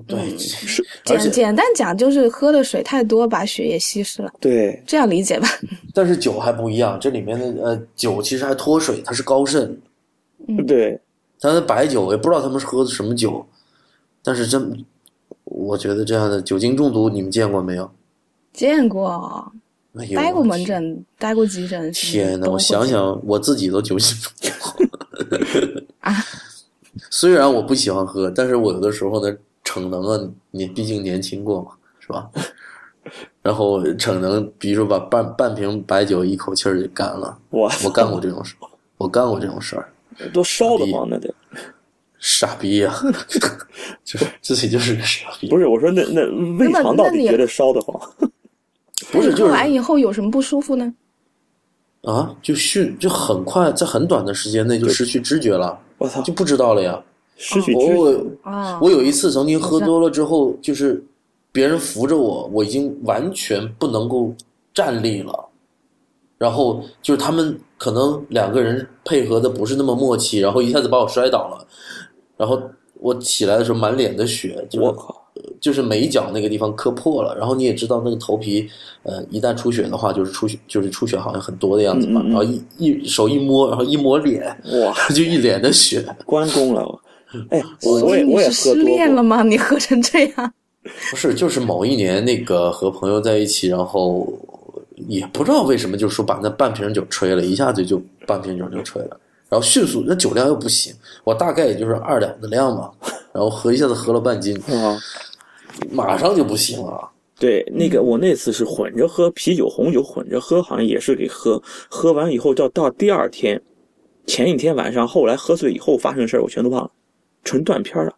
Speaker 1: 对，
Speaker 2: 是，
Speaker 1: [LAUGHS] 而
Speaker 3: 简
Speaker 1: 且
Speaker 3: 简单讲就是喝的水太多，把血液稀释了，
Speaker 2: 对，
Speaker 3: 这样理解吧？ [LAUGHS]
Speaker 1: 但是酒还不一样，这里面的呃酒其实还脱水，它是高渗，
Speaker 3: 嗯
Speaker 2: 对，
Speaker 1: 咱的白酒也不知道他们是喝的什么酒，但是真，我觉得这样的酒精中毒你们见过没有？
Speaker 3: 见过，
Speaker 1: 哎呦
Speaker 3: 待过门。
Speaker 1: 我
Speaker 3: 诊，待过急诊什么的。
Speaker 1: 天
Speaker 3: 嗯都
Speaker 1: 呐，我
Speaker 3: 会
Speaker 1: 想
Speaker 3: 见
Speaker 1: 想我自己都酒醒
Speaker 3: 啊， [LAUGHS]
Speaker 1: 虽然我不喜欢喝，但是我有的时候呢，逞能啊，你毕竟年轻过嘛，是吧？ [LAUGHS] 然后逞能，比如说把半半瓶白酒一口气儿给干了，
Speaker 2: 我
Speaker 1: 我干过这种事，我干过这种事儿。
Speaker 2: 都烧得慌那得。
Speaker 1: 傻逼呀、 [LAUGHS] 就是自己就是个傻逼，
Speaker 2: 不是，我说那那胃肠到底觉得烧得慌？ [LAUGHS]
Speaker 1: 不是
Speaker 3: 哎那你
Speaker 1: 就
Speaker 3: 喝完
Speaker 1: 是
Speaker 3: 以后有什么不舒服呢？
Speaker 1: 啊，就迅就很快，在很短的时间内就失去知觉了，
Speaker 2: 我操
Speaker 1: 就，不知道了呀。
Speaker 2: 失
Speaker 3: 哦
Speaker 2: 去知
Speaker 1: 我
Speaker 2: 觉。
Speaker 1: 我
Speaker 3: 啊，
Speaker 1: 我有一次曾经喝多了之后，就是别人扶着我，我已经完全不能够站立了。然后就是他们可能两个人配合的不是那么默契，然后一下子把我摔倒了。然后我起来的时候满脸的血，就是
Speaker 2: 我靠，
Speaker 1: 就是眉角那个地方磕破了，然后你也知道那个头皮，呃，一旦出血的话，就是出血，就是出血好像很多的样子吧。
Speaker 2: 嗯嗯嗯
Speaker 1: 然后一一手一摸，然后一摸脸， [LAUGHS]
Speaker 2: 哇，
Speaker 1: 就一脸的血。
Speaker 2: 关公了我。哎，我我也
Speaker 3: 你
Speaker 2: 我也
Speaker 3: 是
Speaker 2: 喝
Speaker 3: 失
Speaker 2: 多
Speaker 3: 恋
Speaker 2: 过
Speaker 3: 了，吗？ [LAUGHS] 你喝成这样，
Speaker 1: 不是，就是某一年那个和朋友在一起，然后也不知道为什么，就是说把那半瓶酒吹了，一下子就半瓶酒就吹了，然后迅速那酒量又不行，我大概也就是二两的量嘛，然后喝一下子喝了半斤，
Speaker 2: 啊。
Speaker 1: 马上就不行了。
Speaker 2: 对，那
Speaker 3: 嗯
Speaker 2: 个我那次是混着喝啤酒、红酒混着喝，好像也是给喝，喝完以后到到第二天，前一天晚上，后来喝醉以后发生的事儿我全都忘了，纯断片儿了。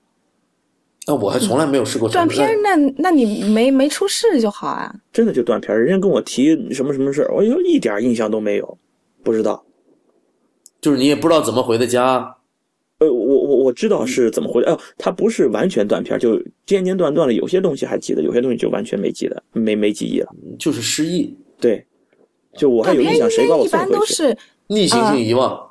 Speaker 1: 那我还从来没有试过
Speaker 3: 嗯断片儿那那你没没出事就好啊。
Speaker 2: 真的就断片儿。人家跟我提什么什么事儿，我就一点印象都没有，不知道。
Speaker 1: 就是你也不知道怎么回的家，
Speaker 2: 呃，我我我
Speaker 3: 嗯
Speaker 2: 知道是怎么回事。哦，它不是完全断片儿，就间间断断的，有些东西还记得，有些东西就完全没记得，没没记忆了。
Speaker 1: 就是失忆、
Speaker 2: 对，就我还
Speaker 3: 断
Speaker 2: 有
Speaker 3: 片
Speaker 2: 印
Speaker 3: 应
Speaker 2: 象谁把
Speaker 3: 该
Speaker 2: 我
Speaker 3: 一
Speaker 2: 送
Speaker 3: 般
Speaker 2: 回
Speaker 3: 都
Speaker 2: 去。
Speaker 3: 是
Speaker 1: 逆行
Speaker 3: 啊
Speaker 1: 性遗忘。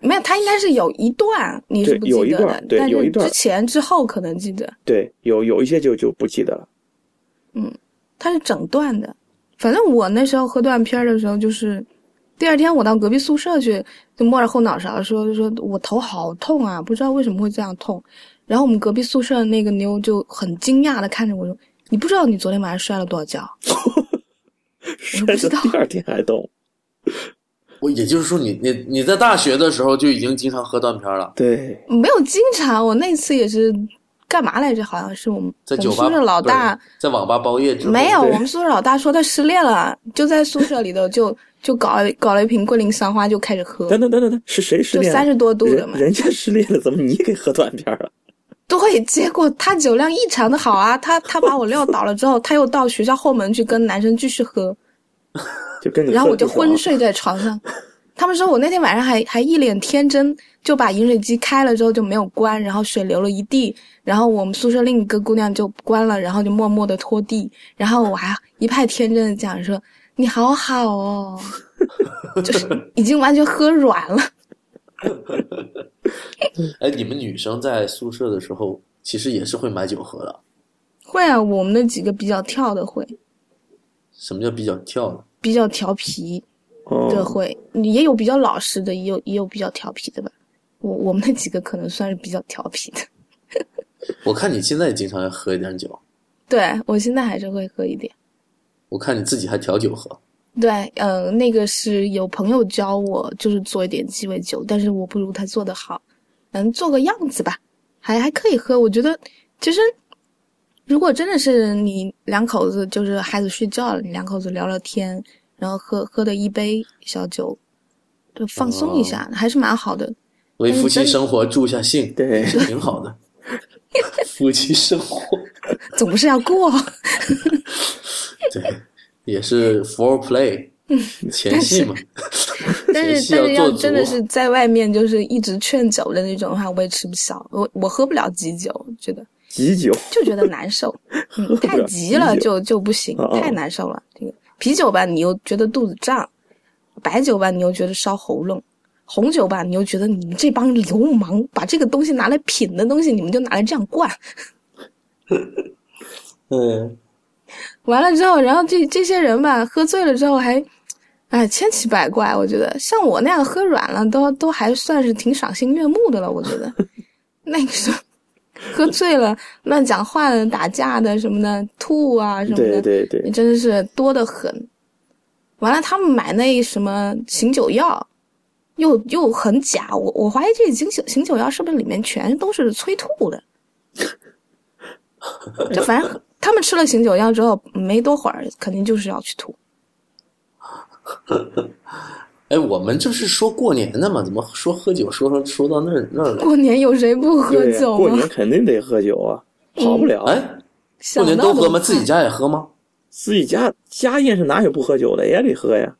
Speaker 3: 没有，他应该是有一段你是
Speaker 2: 对
Speaker 3: 不
Speaker 2: 有
Speaker 3: 记
Speaker 2: 一
Speaker 3: 得
Speaker 2: 段
Speaker 3: 的，
Speaker 2: 对
Speaker 3: 但
Speaker 2: 有
Speaker 3: 是
Speaker 2: 一段
Speaker 3: 之前之后可能记得，
Speaker 2: 对，有有一些就就不记得了。
Speaker 3: 它是整段的。反正我那时候喝断片儿的时候，就是第二天我到隔壁宿舍去，就摸着后脑勺说就说我头好痛啊，不知道为什么会这样痛。然后我们隔壁宿舍的那个妞就很惊讶的看着我说：“你不知道你昨天晚上摔了多少跤？”
Speaker 2: 摔 [LAUGHS]
Speaker 3: 不
Speaker 2: 的
Speaker 3: 知道
Speaker 2: 第二天还动。
Speaker 1: 我也就是说你，你你在大学的时候就已经经常喝断片了，
Speaker 2: 对，
Speaker 3: 没有经常，我那次也是干嘛来着？好像是我们
Speaker 1: 在酒
Speaker 3: 我
Speaker 1: 吧
Speaker 3: 们宿舍老大
Speaker 1: 不是在网吧包夜之后
Speaker 3: 没有，
Speaker 2: 对
Speaker 3: 我们宿舍老大说他失恋了，就在宿舍里头就就搞了搞了一瓶桂林山花就开始喝，
Speaker 2: 等等等等等，是谁失
Speaker 3: 就
Speaker 2: 恋了？
Speaker 3: 三十多度的
Speaker 2: 人
Speaker 3: 嘛。
Speaker 2: 人家失恋了，怎么你给喝断片儿了？
Speaker 3: 对，结果他酒量异常的好啊，他他把我撂倒了之后，他又到学校后门去跟男生继续喝，
Speaker 2: 就跟你
Speaker 3: 然后
Speaker 2: 喝
Speaker 3: 我就
Speaker 2: 不爽
Speaker 3: 昏睡在床上。他们说我那天晚上还还一脸天真，就把饮水机开了之后就没有关，然后水流了一地，然后我们宿舍另一个姑娘就关了，然后就默默的拖地，然后我还一派天真的讲说你好好哦，就是已经完全喝软了。
Speaker 1: 哎，你们女生在宿舍的时候，其实也是会买酒喝的。
Speaker 3: 会啊，我们那几个比较跳的会，
Speaker 1: 什么叫比较跳呢？
Speaker 3: 比较调皮。对，
Speaker 2: 哦，
Speaker 3: 会也有比较老实的，也有也有比较调皮的吧。我我们那几个可能算是比较调皮的。 [LAUGHS]
Speaker 1: 我看你现在经常喝一点酒，
Speaker 3: 对我现在还是会喝一点。
Speaker 1: 我看你自己还调酒喝。
Speaker 3: 对，嗯、那个是有朋友教我，就是做一点鸡尾酒，但是我不如他做的好，嗯，做个样子吧，还还可以喝。我觉得其实，如果真的是你两口子，就是孩子睡觉了，你两口子聊聊天，然后喝喝的一杯小酒，就放松一下，还是蛮好的。
Speaker 1: 为夫妻
Speaker 3: 哎真
Speaker 1: 生活助下兴，
Speaker 2: 对
Speaker 1: 是挺好
Speaker 3: [LAUGHS]
Speaker 1: 的。夫妻生活，
Speaker 3: 总是要过。
Speaker 1: 对，也是 foreplay
Speaker 3: 嗯
Speaker 1: 前戏
Speaker 3: [LAUGHS]
Speaker 1: 嘛。
Speaker 3: 但
Speaker 1: 前
Speaker 3: 是
Speaker 1: 戏
Speaker 3: 但是
Speaker 1: 做
Speaker 3: 要
Speaker 1: 足
Speaker 3: 真的是在外面就是一直劝酒的那种的话，我也吃不消，我我喝不了急酒，觉得
Speaker 2: 急酒
Speaker 3: 就觉得难受，嗯，
Speaker 2: 不了
Speaker 3: 太急了
Speaker 2: 急酒
Speaker 3: 就就不行
Speaker 2: 哦，哦
Speaker 3: 太难受了。这个啤酒吧，你又觉得肚子胀；白酒吧，你又觉得烧喉咙；红酒吧，你又觉得你们这帮流氓把这个东西拿来品的东西，你们就拿来这样灌。
Speaker 1: 嗯，
Speaker 3: 完了之后，然后这这些人吧，喝醉了之后还，哎，千奇百怪。我觉得像我那样喝软了，都都还算是挺赏心悦目的了。我觉得那个时候喝醉了，乱讲话的、打架的什么的、吐啊什么
Speaker 2: 对
Speaker 3: 的，
Speaker 2: 对对，
Speaker 3: 真的是多得很。完了，他们买那什么醒酒药，又又很假。我我怀疑这醒酒醒酒药是不是里面全都是催吐
Speaker 1: [LAUGHS]
Speaker 3: 的？就反正他们吃了醒酒药之后，没多会儿肯定就是要去吐。
Speaker 1: 哎，我们这是说过年的嘛，怎么说喝酒说说说到那儿那儿来？
Speaker 3: 过年有谁不喝
Speaker 2: 对呀
Speaker 3: 酒
Speaker 2: 过
Speaker 3: 吗？嗯
Speaker 2: 年肯定得喝酒啊，跑不了。啊
Speaker 1: 哎，过
Speaker 3: 想
Speaker 1: 年
Speaker 3: 到
Speaker 1: 都喝吗？
Speaker 3: 都
Speaker 1: 自己
Speaker 3: 怕
Speaker 1: 家也喝吗？
Speaker 2: 自己家家宴是哪有不喝酒的，也得喝呀。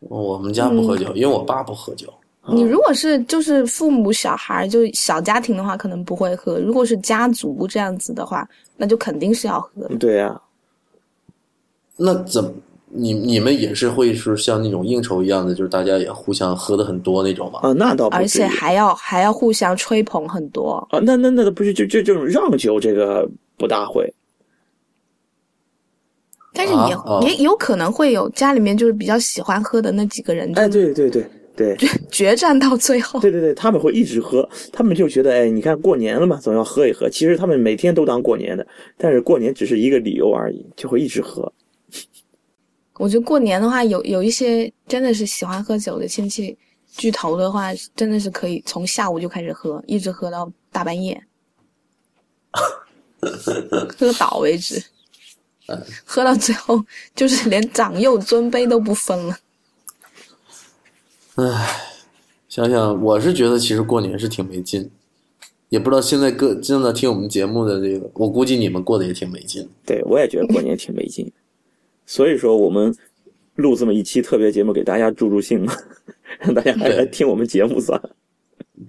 Speaker 1: 我们家
Speaker 3: 嗯
Speaker 1: 不喝酒，因为我爸不喝酒。
Speaker 3: 你如果是就是父母小孩儿就小家庭的话，可能不会喝；如果是家族这样子的话，那就肯定是要喝的。
Speaker 2: 嗯对啊呀，
Speaker 1: 那怎么你你们也是会是像那种应酬一样的，就是大家也互相喝的很多那种吗？
Speaker 2: 啊，那倒不
Speaker 3: 而
Speaker 2: 至于
Speaker 3: 且还要还要互相吹捧很多。
Speaker 2: 啊，那那那不是就就这种让酒这个不不大会。
Speaker 3: 嗯但是也、
Speaker 1: 啊哦
Speaker 3: 也有可能会有家里面就是比较喜欢喝的那几个人，
Speaker 2: 哎，
Speaker 3: 就
Speaker 2: 对对对对
Speaker 3: 决战到最
Speaker 2: [LAUGHS]
Speaker 3: 后。
Speaker 2: 对对对，他们会一直喝，他们就觉得，哎，你看过年了嘛，总要喝一喝。其实他们每天都当过年的，但是过年只是一个理由而已，就会一直喝。
Speaker 3: 我觉得过年的话，有有一些真的是喜欢喝酒的亲戚，聚头的话，真的是可以从下午就开始喝，一直喝到大半
Speaker 2: [LAUGHS]
Speaker 3: 夜，喝倒
Speaker 2: [LAUGHS]
Speaker 3: 为止，
Speaker 2: 嗯
Speaker 3: [LAUGHS] 喝到最后就是连长幼尊卑都不分了。
Speaker 1: 想想，我是觉得其实过年是挺没劲，也不知道现在各正在听我们节目的这个，我估计你们过得也挺没劲。
Speaker 2: 对我也觉得过年挺没劲， [LAUGHS] 所以说我们录这么一期特别节目给大家助助兴嘛， [LAUGHS] 让大家还
Speaker 1: 对
Speaker 2: 来听我们节目算了。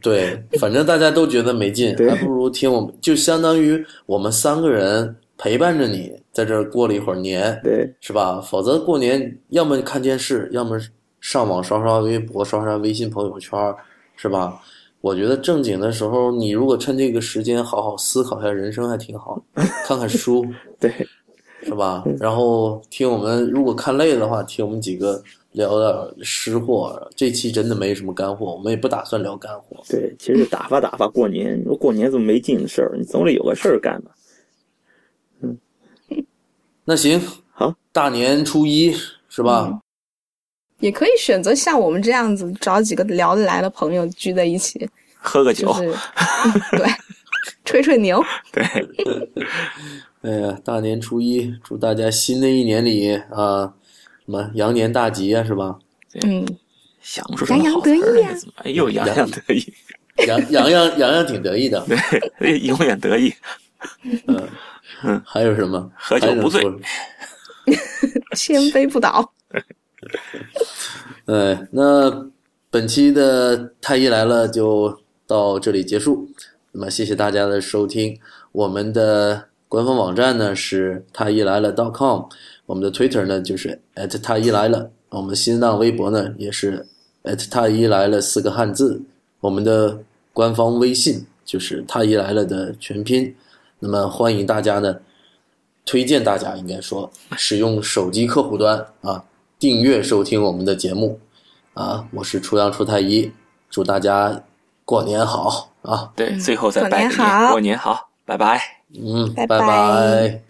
Speaker 1: 对，反正大家都觉得没劲，
Speaker 2: 对
Speaker 1: 还不如听我们，就相当于我们三个人陪伴着你在这儿过了一会儿年，
Speaker 2: 对
Speaker 1: 是吧？否则过年要么看电视，要么上网刷刷微博、刷刷微信朋友圈儿，是吧？我觉得正经的时候，你如果趁这个时间好好思考一下人生，还挺好。看看书，
Speaker 2: 对，
Speaker 1: 是吧？然后听我们，如果看累的话，听我们几个聊点吃货。这期真的没什么干货，我们也不打算聊干货。
Speaker 2: 对，其实就打发打发过年。你说过年这么没劲的事儿，你总得有个事儿干吧？
Speaker 1: 那行，
Speaker 2: 好，
Speaker 1: 大年初一是吧？
Speaker 3: 嗯也可以选择像我们这样子，找几个聊得来的朋友聚在一起，
Speaker 2: 喝个
Speaker 3: 就是、嗯对，吹吹牛。
Speaker 1: 哎呀，大年初一，祝大家新的一年里啊，什么羊年大吉啊呀、是吧？
Speaker 3: 嗯，
Speaker 2: 想不出
Speaker 3: 什么洋洋好得词儿意来啊怎
Speaker 2: 哎呦，洋
Speaker 1: 洋
Speaker 2: 得意，
Speaker 1: 洋洋洋洋洋挺得意的，
Speaker 2: 对，永远得意，
Speaker 1: 嗯，还有什么？
Speaker 2: 喝酒不醉
Speaker 1: 还有什么
Speaker 3: 千杯不倒。
Speaker 1: 哎，那本期的太医来了就到这里结束。那么谢谢大家的收听，我们的官方网站呢是太医来了 .com，我们的 Twitter 呢就是 at 太医来了，我们的新浪微博呢也是 at 太医来了四个汉字，我们的官方微信就是太医来了的全拼。那么欢迎大家呢，推荐大家应该说使用手机客户端啊，订阅收听我们的节目啊。我是初阳初太医，祝大家过年好啊！
Speaker 4: 对，最后再
Speaker 3: 嗯过
Speaker 4: 拜
Speaker 3: 年
Speaker 4: 个年，
Speaker 3: 好
Speaker 4: 过年好，拜拜。
Speaker 1: 嗯，
Speaker 3: 拜
Speaker 1: 拜
Speaker 3: 拜